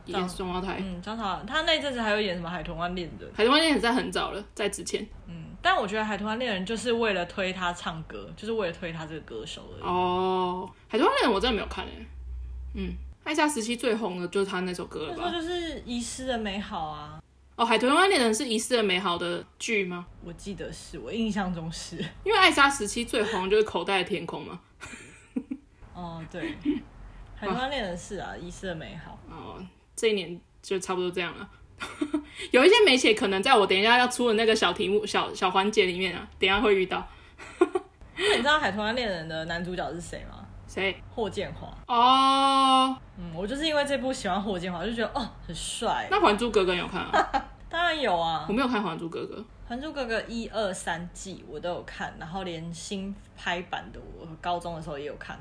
Speaker 2: 演
Speaker 1: 张
Speaker 2: 双胞胎，
Speaker 1: 嗯，张韶涵她那阵子还有演什么《海豚湾恋人》，
Speaker 2: 海豚湾恋人在很早了，在之前
Speaker 1: 嗯，但我觉得《海豚湾恋人》就是为了推她唱歌，就是为了推她这个歌手而已。
Speaker 2: 哦。海豚湾恋人我真的没有看诶、嗯，艾莎时期最红的就是他那首歌了
Speaker 1: 那时候
Speaker 2: 吧？
Speaker 1: 就是遗失的美好啊，
Speaker 2: 哦，海豚湾恋人是《遗失的美好》的剧吗？
Speaker 1: 我记得是我印象中
Speaker 2: [LAUGHS]
Speaker 1: 是。
Speaker 2: 因为艾莎时期最红就是《口袋的天空》嘛。
Speaker 1: 哦，对，
Speaker 2: [LAUGHS]
Speaker 1: 《海豚湾恋人》是啊，遗失的美好。
Speaker 2: 哦，这一年就差不多这样了。 [LAUGHS] 有一些没写，可能在我等一下要出的那个小题目、小小环节里面啊，等一下会遇到。
Speaker 1: 那你知道《海豚湾恋人》的男主角是谁吗？
Speaker 2: 谁？
Speaker 1: 霍建华。
Speaker 2: 哦，
Speaker 1: 嗯，我就是因为这部喜欢霍建华，就觉得哦很帅。
Speaker 2: 那《还珠格格》你有看啊？
Speaker 1: 当然有啊，
Speaker 2: 我没有看《还珠格格》，
Speaker 1: 《还珠格格》一二三季我都有看，然后连新拍版的我高中的时候也有看。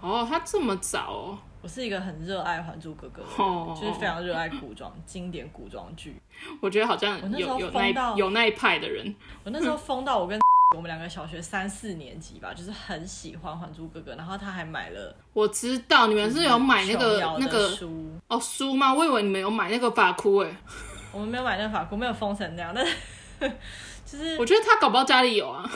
Speaker 2: 哦，他这么早哦。
Speaker 1: 我是一个很热爱《还珠格格》的人，
Speaker 2: 哦
Speaker 1: 就是非常热爱古
Speaker 2: [COUGHS]
Speaker 1: 装经典古装剧。
Speaker 2: 我觉得好像
Speaker 1: 我那时
Speaker 2: 有
Speaker 1: 候
Speaker 2: 有
Speaker 1: 疯
Speaker 2: 那一
Speaker 1: 到
Speaker 2: 有那一派的人，
Speaker 1: 我那时候疯到我跟 [COUGHS] 我们两个小学三四年级吧，就是很喜欢《还珠格格》，然后他还买了
Speaker 2: 我知道你们是有哦买那
Speaker 1: 琼
Speaker 2: 个
Speaker 1: 瑶的
Speaker 2: 那个
Speaker 1: 书，
Speaker 2: 哦书吗？我以为你们有买那个法哭哎，
Speaker 1: 我们没有买那个法裤，没有封成那样，但是 [LAUGHS] 就是
Speaker 2: 我觉得他搞不好家里有啊。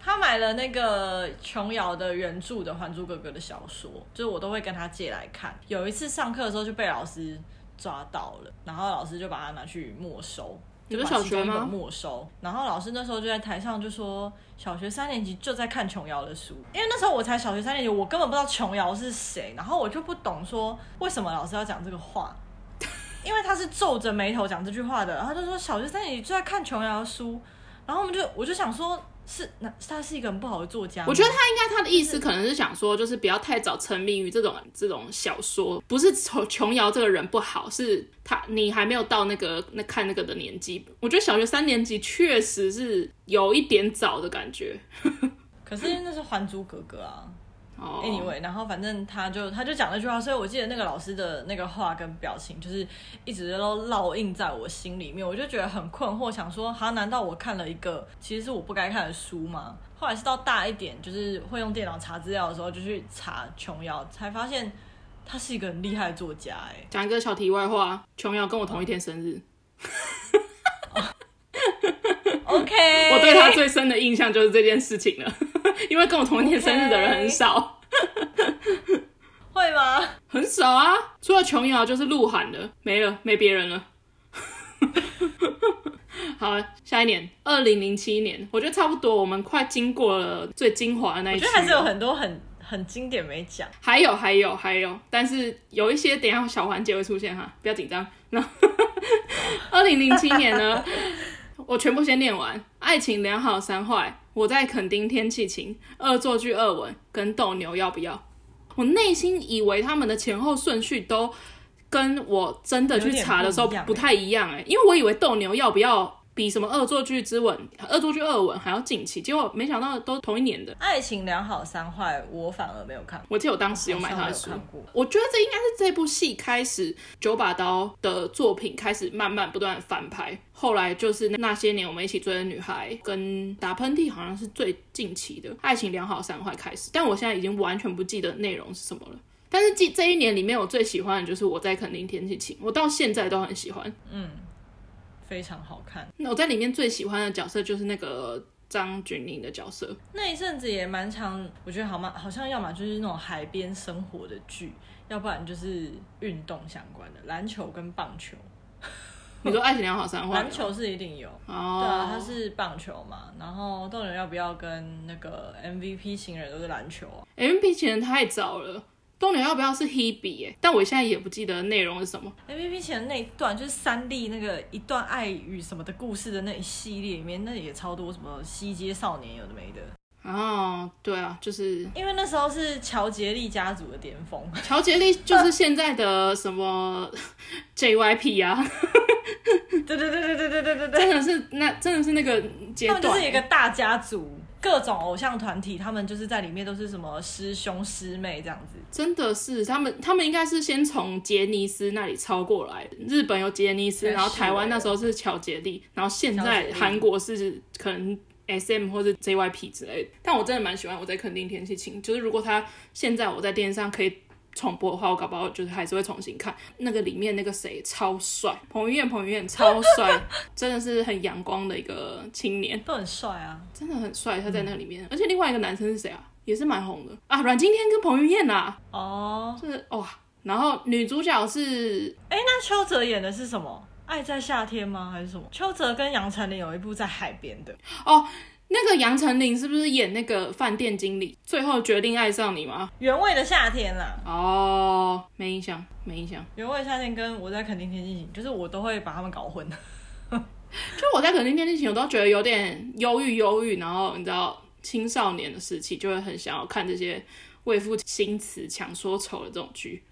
Speaker 1: 他买了那个琼瑶的原著的《还珠格格》的小说，就是我都会跟他借来看。有一次上课的时候就被老师抓到了，然后老师就把它拿去没收。
Speaker 2: 你
Speaker 1: 就
Speaker 2: 说
Speaker 1: 把
Speaker 2: 小
Speaker 1: 其
Speaker 2: 学
Speaker 1: 中一本
Speaker 2: 吗
Speaker 1: 没收，然后老师那时候就在台上就说，小学三年级就在看琼瑶的书，因为那时候我才小学三年级，我根本不知道琼瑶是谁，然后我就不懂说为什么老师要讲这个话，因为他是皱着眉头讲这句话的，然后他就说小学三年级就在看琼瑶的书，然后我们就我就想说，是那他是一个很不好的作家吗，
Speaker 2: 我觉得他应该他的意思可能是想说，就是不要太早沉迷于这种这种小说，不是琼琼瑶这个人不好，是他你还没有到那个那看那个的年纪。我觉得小学三年级确实是有一点早的感觉。
Speaker 1: 可是那是《还珠格格》啊。
Speaker 2: 哦
Speaker 1: Anyway，然后反正他就他就讲那句话，所以我记得那个老师的那个话跟表情，就是一直都烙印在我心里面。我就觉得很困惑，想说，哈，难道我看了一个其实是我不该看的书吗？后来是到大一点，就是会用电脑查资料的时候，就去查琼瑶，才发现他是一个很厉害的作家、欸。
Speaker 2: 讲一个小题外话，琼瑶跟我同一天生日，
Speaker 1: 哎，OK，
Speaker 2: [LAUGHS] 我对她最深的印象就是这件事情了， [LAUGHS] 因为跟我同一天生日的人很少，
Speaker 1: 会吗？
Speaker 2: 很少啊，除了琼瑶就是鹿晗了，没了，没别人了。 [LAUGHS] 好，下一年，二零零七年，我觉得差不多，我们快经过了最精华的那
Speaker 1: 我
Speaker 2: 一
Speaker 1: 觉
Speaker 2: 期
Speaker 1: 得
Speaker 2: 了。
Speaker 1: 还是有很多很很经典没讲。
Speaker 2: 还有还有还有，但是有一些等一下小环节会出现哈，不要紧张。那 [LAUGHS] 二零零七年呢，我全部先念完：爱情良好三坏，我在垦丁天气晴，恶作剧恶吻跟斗牛要不要？我内心以为他们的前后顺序都跟我真的去查的时候
Speaker 1: 有点
Speaker 2: 不
Speaker 1: 不一样欸
Speaker 2: 太一样哎、因为我以为斗牛要不要比什么恶作剧之吻、恶作剧恶吻还要近期，结果没想到都同一年的。
Speaker 1: 爱情良好三坏，我反而没有看过，
Speaker 2: 我记得我当时有买他的
Speaker 1: 好像
Speaker 2: 书
Speaker 1: 有看过，
Speaker 2: 我觉得这应该是这部戏开始九把刀的作品开始慢慢不断地翻拍，后来就是那些年我们一起追的女孩跟打喷嚏好像是最近期的爱情良好三坏开始，但我现在已经完全不记得内容是什么了。但是这这一年里面，我最喜欢的就是我在垦丁天气晴，我到现在都很喜欢。
Speaker 1: 嗯非常好看。
Speaker 2: 那我在里面最喜欢的角色就是那个张钧甯的角色，
Speaker 1: 那一阵子也蛮常，我觉得好嘛，好像要么就是那种海边生活的剧，要不然就是运动相关的，篮球跟棒球。
Speaker 2: 你说爱情良好三坏吗，
Speaker 1: 篮球是一定有，
Speaker 2: 哦，
Speaker 1: 对啊，它是棒球嘛。然后斗牛要不要跟那个 MVP 情人都是篮球啊？
Speaker 2: M P 情人太早了，东牛要不要是 Hebe 哎、但我现在也不记得内容是什么。
Speaker 1: MVP 情人那一段就是三立那个一段爱与什么的故事的那一系列里面，那也超多什么西街少年有的没的。
Speaker 2: 哦，对啊，就是
Speaker 1: 因为那时候是乔杰利家族的巅峰，
Speaker 2: 乔杰利，就是现在的什么 [LAUGHS] JYP 啊，
Speaker 1: 对对对对对对对对对。
Speaker 2: 真的是那真的是那个阶
Speaker 1: 他们
Speaker 2: 段、
Speaker 1: 就是一个大家族，各种偶像团体，他们就是在里面都是什么师兄师妹这样子。
Speaker 2: 真的是他们，他们应该是先从杰尼斯那里抄过来的。日本有杰尼斯，
Speaker 1: 对
Speaker 2: 然后台湾
Speaker 1: 是
Speaker 2: 那时候是乔杰利，然后现
Speaker 1: 乔
Speaker 2: 在
Speaker 1: 杰利
Speaker 2: 韩国是可能 S M 或是 J Y P 之类的。但我真的蛮喜欢我在垦丁天气晴，就是如果他现在我在电视上可以重播的话，我搞不好就是还是会重新看。那个里面那个谁超帅，彭于晏，彭于晏超
Speaker 1: [LAUGHS]
Speaker 2: 帅，真的是很阳光的一个青年。
Speaker 1: 都很帅啊！
Speaker 2: 真的很帅，他在那里
Speaker 1: [LAUGHS]
Speaker 2: 面，而且另外一个男生是谁啊？也是蛮红的啊，阮经天跟彭于晏啊，
Speaker 1: 哦，
Speaker 2: 就是哇、然后女主角是
Speaker 1: 哎，那邱泽演的是什么？《爱在夏天》吗？还是什么？邱泽跟杨丞琳有一部在海边的，
Speaker 2: 那个杨丞琳，是不是演那个饭店经理？最后决定爱上你吗？
Speaker 1: 《原味的夏天》啦，
Speaker 2: 哦，没印象，没印象。
Speaker 1: 《原味的夏天》跟我在垦丁天气晴，就是我都会把他们搞混。
Speaker 2: 就我在垦丁电视情，我都觉得有点忧郁，忧郁，然后你知道青少年的时期，就会很想要看这些为赋新词强说愁的这种剧。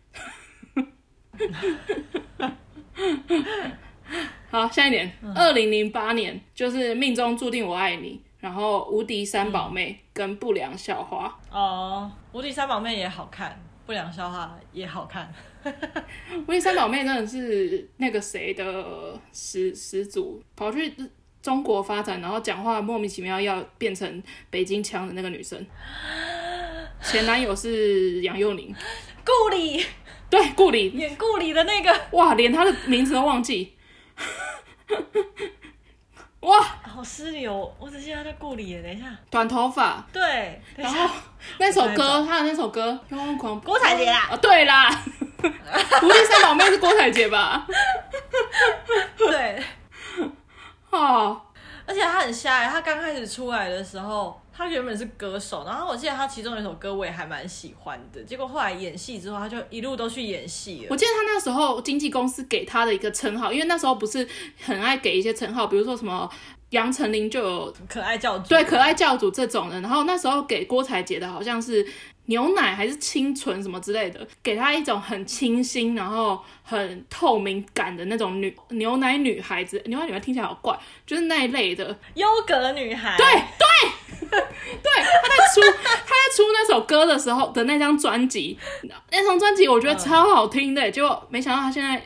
Speaker 2: 好，下一年，二零零八年，就是命中注定我爱你，然后无敌三宝妹跟不良校花。
Speaker 1: 哦，无敌三宝妹也好看，不良笑话也好 [LAUGHS] 看。
Speaker 2: 无敌三宝妹真的是那个谁的始始祖，跑去中国发展，然后讲话莫名其妙要变成北京腔的那个女生。前男友是杨佑宁，
Speaker 1: 顾里
Speaker 2: 对，顾里，
Speaker 1: 演顾里的那个，
Speaker 2: 哇，连她的名字都忘记，哇，
Speaker 1: [LAUGHS] 好失礼哦，我只记得他叫顾里耶。等一下，
Speaker 2: 短头发，
Speaker 1: 对，等一
Speaker 2: 然
Speaker 1: 下
Speaker 2: 后那首
Speaker 1: 我
Speaker 2: 歌，他的那首歌《雍狂
Speaker 1: 郭采洁啦，
Speaker 2: 啊，对啦， [LAUGHS] 无敌三宝妹是郭采洁吧？
Speaker 1: [LAUGHS]
Speaker 2: [LAUGHS]
Speaker 1: 对，
Speaker 2: 哦，
Speaker 1: 而且他很瞎欸耶，他刚开始出来的时候，他原本是歌手，然后我记得他其中有一首歌我也还蛮喜欢的，结果后来演戏之后，他就一路都去演戏
Speaker 2: 我
Speaker 1: 了。
Speaker 2: 记得他那时候经纪公司给他的一个称号，因为那时候不是很爱给一些称号，比如说什么杨丞琳就有
Speaker 1: 可爱教主，
Speaker 2: 对可爱教主这种的，然后那时候给郭采洁的好像是牛奶还是清纯什么之类的，给她一种很清新，然后很透明感的那种女牛奶女孩子，牛奶女孩听起来好怪，就是那一类的，
Speaker 1: 优格女孩，
Speaker 2: 对对对，他在出他在出那首歌的时候的那张专辑，那张专辑我觉得
Speaker 1: 嗯
Speaker 2: 超好听的，结果没想到他现在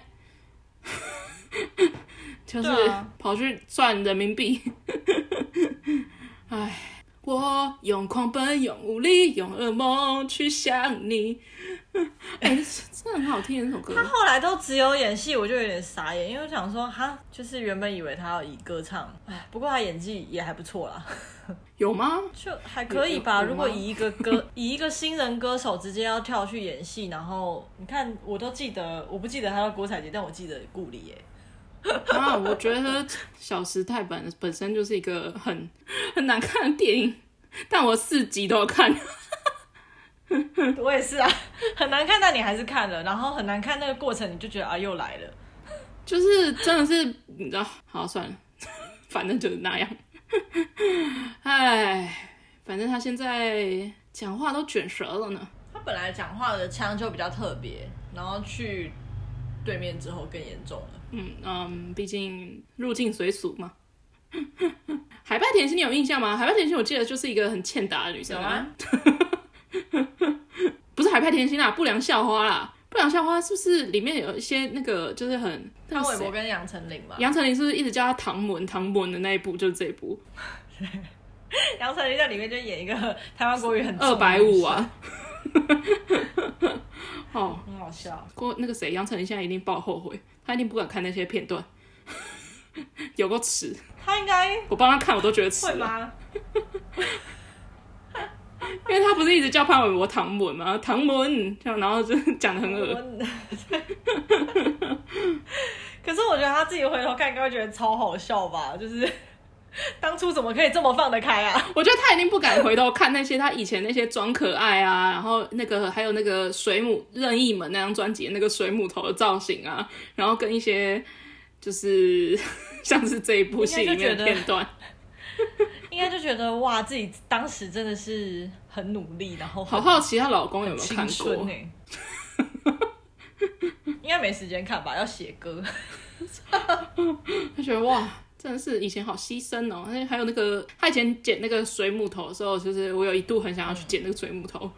Speaker 2: 就是
Speaker 1: 对啊
Speaker 2: 跑去赚人民币，唉。我用狂奔，用无力，用噩梦去想你。哎、这很好听的这首歌。
Speaker 1: 他后来都只有演戏，我就有点傻眼，因为我想说，哈，就是原本以为他要以歌唱，哎，不过他演技也还不错啦，
Speaker 2: 有吗？
Speaker 1: 就还可以吧。
Speaker 2: 有有吗
Speaker 1: 如果以一个歌， [LAUGHS] 以一个新人歌手直接要跳去演戏，然后你看，我都记得，我不记得他叫郭采洁，但我记得顾里耶。 [LAUGHS]
Speaker 2: 啊，我觉得《小时代》本本身就是一个很很难看的电影，但我四集都有看。
Speaker 1: 我也是啊，很难看，但你还是看了，然后很难看那个过程，你就觉得啊，又来了。
Speaker 2: 就是真的是，你知道，好算了， [LAUGHS] 反正就是那样。 [LAUGHS] 唉，反正他现在讲话都卷舌了呢。
Speaker 1: 他本来讲话的腔就比较特别，然后去对面之后更严重了。
Speaker 2: 嗯嗯，毕竟入境随俗嘛。 [LAUGHS] 海拜甜心，你有印象吗？海拜甜心，我记得就是一个很欠打的女生
Speaker 1: 有啊，
Speaker 2: 不是海派甜心啊啦，不良校花啦，不良校花是不是里面有一些那个就是很
Speaker 1: 潘玮柏
Speaker 2: 谁啊
Speaker 1: 跟杨丞琳嘛，
Speaker 2: 杨丞琳是不是一直叫她唐门？唐门的那一部就是这一部
Speaker 1: 杨丞琳在里面就演一个台湾国语很重
Speaker 2: 二
Speaker 1: 的
Speaker 2: 百五啊。哦，
Speaker 1: 女生，很 [LAUGHS] 好笑。
Speaker 2: 郭那个谁，杨丞琳现在一定爆后悔，她一定不敢看那些片段， [LAUGHS] 有够迟。
Speaker 1: 他应该
Speaker 2: 我帮她看，我都觉得迟
Speaker 1: 会
Speaker 2: 了，
Speaker 1: 吗？
Speaker 2: 因为她不是一直叫潘玮柏唐门吗？唐门这样，然后就讲的很恶。
Speaker 1: 我 [LAUGHS] 可是我觉得他自己回头看，应该会觉得超好笑吧？就是 [LAUGHS] 当初怎么可以这么放得开啊？ [LAUGHS]
Speaker 2: 我觉得他一定不敢回头看那些他以前那些装可爱啊，然后那个还有那个水母任意门那张专辑的那个水母头的造型啊，然后跟一些就是 [LAUGHS] 像是这一部戏里面的片段，
Speaker 1: 应该就觉得哇，自己当时真的是很努力，然后
Speaker 2: 好
Speaker 1: 很
Speaker 2: 好奇她老公有没有看
Speaker 1: 青
Speaker 2: 过
Speaker 1: 春呢、？欸应该没时间看吧？要写歌， [LAUGHS]
Speaker 2: 他觉得哇，真的是以前好牺牲哦。而且还有那个他以前剪那个水母头的时候，就是我有一度很想要去剪那个水母头，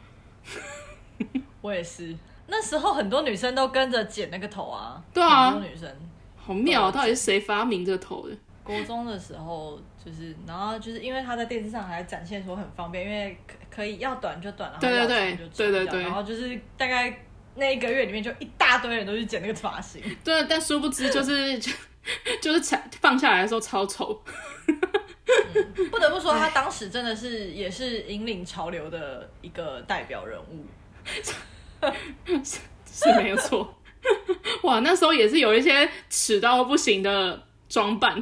Speaker 1: 我也是。那时候很多女生都跟着剪那个头啊，
Speaker 2: 对啊
Speaker 1: 很多女生。
Speaker 2: 好妙、哦，到底是谁发明这个头的？
Speaker 1: 国中的时候，就是，然后就是因为他在电视上还展现说很方便，因为可可以要短就短，然后
Speaker 2: 对
Speaker 1: 要
Speaker 2: 对
Speaker 1: 长
Speaker 2: 对
Speaker 1: 就长这样
Speaker 2: 对对对
Speaker 1: 然后就是大概那一个月里面，就一大堆人都去剪那个发
Speaker 2: [LAUGHS]
Speaker 1: 型，
Speaker 2: 对，啊但殊不知就是 [LAUGHS] 就就是才放下来的时候超丑。
Speaker 1: 不得不说他当时真的是也是引领潮流的一个代表人物。
Speaker 2: 是没有错。 [LAUGHS] 哇，那时候也是有一些耻到不行的装扮，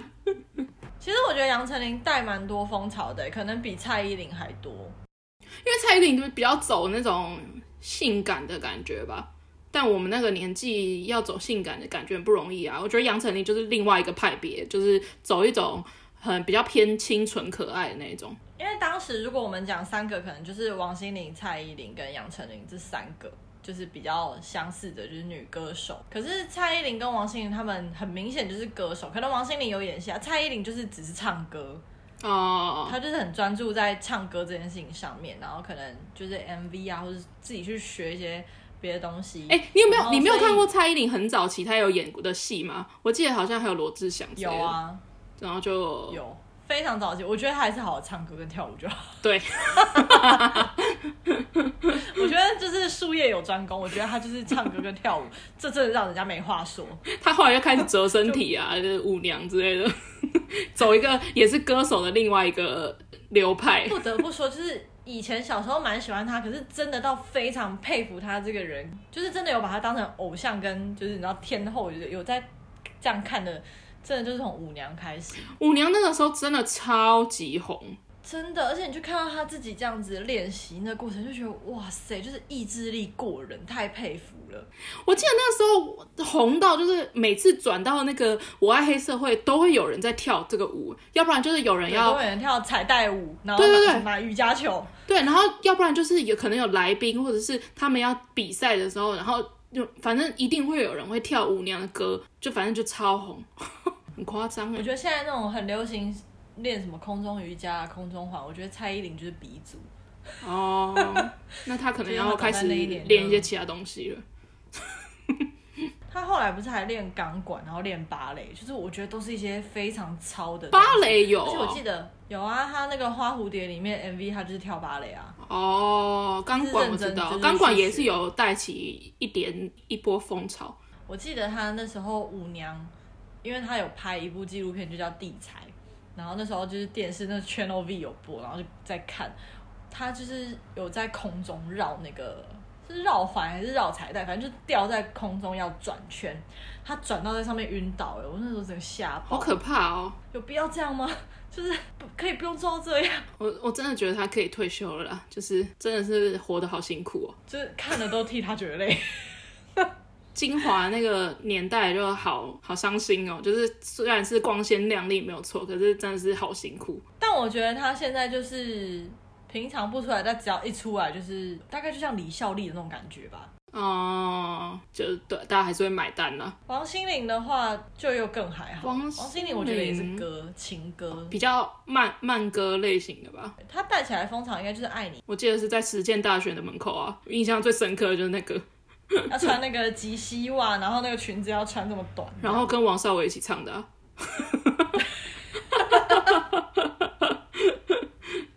Speaker 1: 其实我觉得杨丞琳带蛮多风潮的，可能比蔡依林还多。
Speaker 2: 因为蔡依林就是比较走那种性感的感觉吧。但我们那个年纪要走性感的感觉很不容易啊。我觉得杨丞琳就是另外一个派别，就是走一种很比较偏清纯可爱的那一种。
Speaker 1: 因为当时如果我们讲三个，可能就是王心凌、蔡依林跟杨丞琳这三个，就是比较相似的，就是女歌手。可是蔡依林跟王心凌她们很明显就是歌手，可能王心凌有演戏啊，蔡依林就是只是唱歌，
Speaker 2: 哦，
Speaker 1: 她就是很专注在唱歌这件事情上面，然后可能就是 MV 啊，或者自己去学一些别的东西。
Speaker 2: 哎、你有没
Speaker 1: 然
Speaker 2: 有
Speaker 1: 后
Speaker 2: 你没有
Speaker 1: 所以
Speaker 2: 看过蔡依林很早期她有演过的戏吗？我记得好像还有罗志祥。
Speaker 1: 有，啊，
Speaker 2: 然后就
Speaker 1: 有非常早期，我觉得还是好好唱歌跟跳舞就好。
Speaker 2: 对， [LAUGHS]
Speaker 1: 我觉得就是术业有专攻，我觉得他就是唱歌跟跳舞，这真的让人家没话说。
Speaker 2: 她后来就开始折身
Speaker 1: [LAUGHS]
Speaker 2: 体啊，就是舞娘之类的， [LAUGHS] 走一个也是歌手的另外一个流派。
Speaker 1: 不得不说，就是以前小时候蛮喜欢他，可是真的到非常佩服他这个人，就是真的有把他当成偶像跟就是你知道天后，就是有在这样看的，真的就是从舞娘开始，
Speaker 2: 舞娘那个时候真的超级红，
Speaker 1: 真的，而且你就看到他自己这样子练习那过程，就觉得哇塞，就是意志力过人，太佩服了。
Speaker 2: 我记得那时候红到就是每次转到那个《我爱黑社会》，都会有人在跳这个舞，要不然就是有人
Speaker 1: 要
Speaker 2: 要
Speaker 1: 有人跳彩带舞，然后
Speaker 2: 对对对
Speaker 1: 买瑜伽球，
Speaker 2: 对，然后要不然就是有可能有来宾，或者是他们要比赛的时候，然后就反正一定会有人会跳舞娘的歌，就反正就超红， [LAUGHS] 很夸张
Speaker 1: 我
Speaker 2: 哎。
Speaker 1: 觉得现在那种很流行练什么空中瑜伽、啊空中环，我觉得蔡依林就是鼻祖。
Speaker 2: 哦，那他可能要开始练
Speaker 1: 嗯
Speaker 2: 一些其他东西了。
Speaker 1: 她后来不是还练钢管，然后练芭蕾，就是我觉得都是一些非常超的东西
Speaker 2: 芭。蕾有
Speaker 1: 而且我
Speaker 2: 哦
Speaker 1: 记得有啊，她那个《花蝴蝶》里面 MV，她就是跳芭蕾啊。
Speaker 2: 哦，钢管我
Speaker 1: 就
Speaker 2: 知
Speaker 1: 是认真就
Speaker 2: 道，
Speaker 1: 是
Speaker 2: 钢管也
Speaker 1: 去
Speaker 2: 是有带起一点一波风潮。
Speaker 1: 我记得她那时候舞娘，因为她有拍一部纪录片，就叫《地才》，然后那时候就是电视那 Channel V 有播，然后就在看，她就是有在空中绕那个。是绕环还是绕彩带，反正就吊在空中要转圈，她转到在上面晕倒了，我那时候整个吓
Speaker 2: 好
Speaker 1: 爆，
Speaker 2: 可怕哦！
Speaker 1: 有必要这样吗？ [LAUGHS] 就是不可以不用做到这样，
Speaker 2: 我我真的觉得他可以退休了啦，就是真的是活得好辛苦哦。
Speaker 1: 就是看了都替他觉得累。
Speaker 2: 精华那个年代就好好伤心哦，就是虽然是光鲜亮丽没有错，可是真的是好辛苦。
Speaker 1: 但我觉得他现在就是平常不出来，但只要一出来，就是大概就像李孝利的那种感觉吧。
Speaker 2: 哦、就对，大家还是会买单啦，
Speaker 1: 王心凌的话就又更还好。
Speaker 2: 王
Speaker 1: 王心凌我觉得也是
Speaker 2: 心凌
Speaker 1: 歌情歌，
Speaker 2: 比较慢慢歌类型的吧。
Speaker 1: 她带起来风潮应该就是爱
Speaker 2: [LAUGHS]
Speaker 1: 你，
Speaker 2: 我记得是在实践大学的门口啊，印象最深刻的就是那个，
Speaker 1: 要穿那个及膝袜，然后那个裙子要穿这么短，
Speaker 2: 然后跟王少伟一起唱的、啊。 [LAUGHS]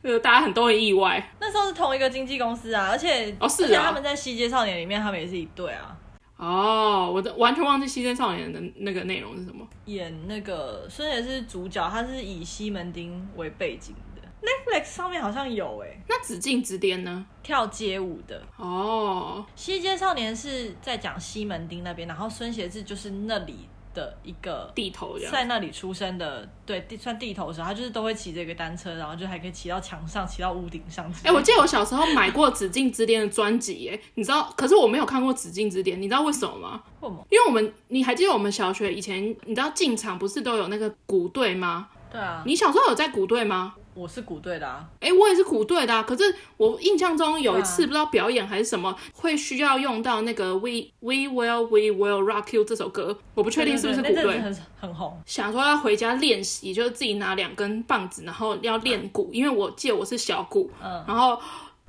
Speaker 2: 呃，大家很都很意外，
Speaker 1: 那时候是同一个经纪公司啊，而且
Speaker 2: 哦是
Speaker 1: 而
Speaker 2: 啊
Speaker 1: 且他们在《西街少年》里面，他们也是一对啊，
Speaker 2: 哦，我都完全忘记《西街少年》的那个内容是什么。
Speaker 1: 演那个孙也是主角，他是以西门町为背景的，Netflix 上面好像有哎、
Speaker 2: 那《紫禁之巅》呢？
Speaker 1: 跳街舞的，
Speaker 2: 哦，
Speaker 1: 《西街少年》是在讲西门町那边，然后孙协志就是那里的一个
Speaker 2: 地头这样。
Speaker 1: 在那里出生的，对，地算地头蛇，他就是都会骑着一个单车，然后就还可以骑到墙上，骑到屋顶上之类的。
Speaker 2: 哎、我记得我小时候买过《紫禁之巅》的专辑，耶，你知道？可是我没有看过《紫禁之巅》，你知道为什么吗？
Speaker 1: 为什么？
Speaker 2: 因为我们，你还记得我们小学以前，你知道进场不是都有那个鼓队吗？
Speaker 1: 对啊，
Speaker 2: 你小时候有在鼓队吗？
Speaker 1: 我是鼓队的啊，
Speaker 2: 哎、我也是鼓队的、啊，可是我印象中有一
Speaker 1: 对
Speaker 2: 次
Speaker 1: 啊
Speaker 2: 不知道表演还是什么，会需要用到那个 We We Will We Will Rock You 这首歌，我不确定是不是鼓
Speaker 1: 对对对
Speaker 2: 队
Speaker 1: 那。阵子很很红。
Speaker 2: 想说要回家练习，就是自己拿两根棒子，然后要练鼓，因为我记得我是小鼓， [LAUGHS]
Speaker 1: 嗯，
Speaker 2: 然后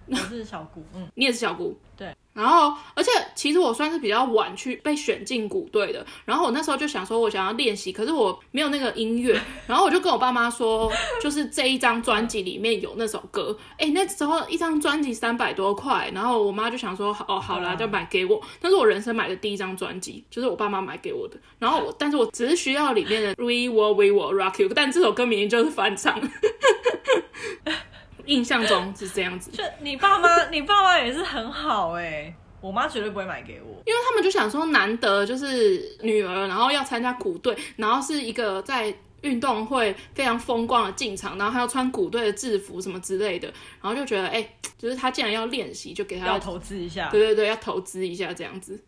Speaker 1: 我是小鼓，嗯，
Speaker 2: 你也是小鼓，
Speaker 1: 对。
Speaker 2: 然后，而且其实我算是比较晚去被选进鼓队的。然后我那时候就想说，我想要练习，可是我没有那个音乐。然后我就跟我爸妈说，就是这一张专辑里面有那首歌。哎，那时候一张专辑三百多块，然后我妈就想说，哦，好啦，
Speaker 1: 哇
Speaker 2: 就买给我。那是我人生买的第一张专辑，就是我爸妈买给我的。然后我，但是我只是需要里面的 We Will We Will Rock You，但这首歌明明就是翻唱。 [LAUGHS] 印象中是这样子。
Speaker 1: 就你爸妈，你爸妈也是很好哎、我妈绝对不会买给我。
Speaker 2: 因为他们就想说，难得就是女儿，然后要参加鼓队，然后是一个在运动会非常风光的进场，然后还要穿鼓队的制服什么之类的，然后就觉得，哎、就是他既然要练习，就给他
Speaker 1: 要，投资一下，
Speaker 2: 对对对，要投资一下这样子。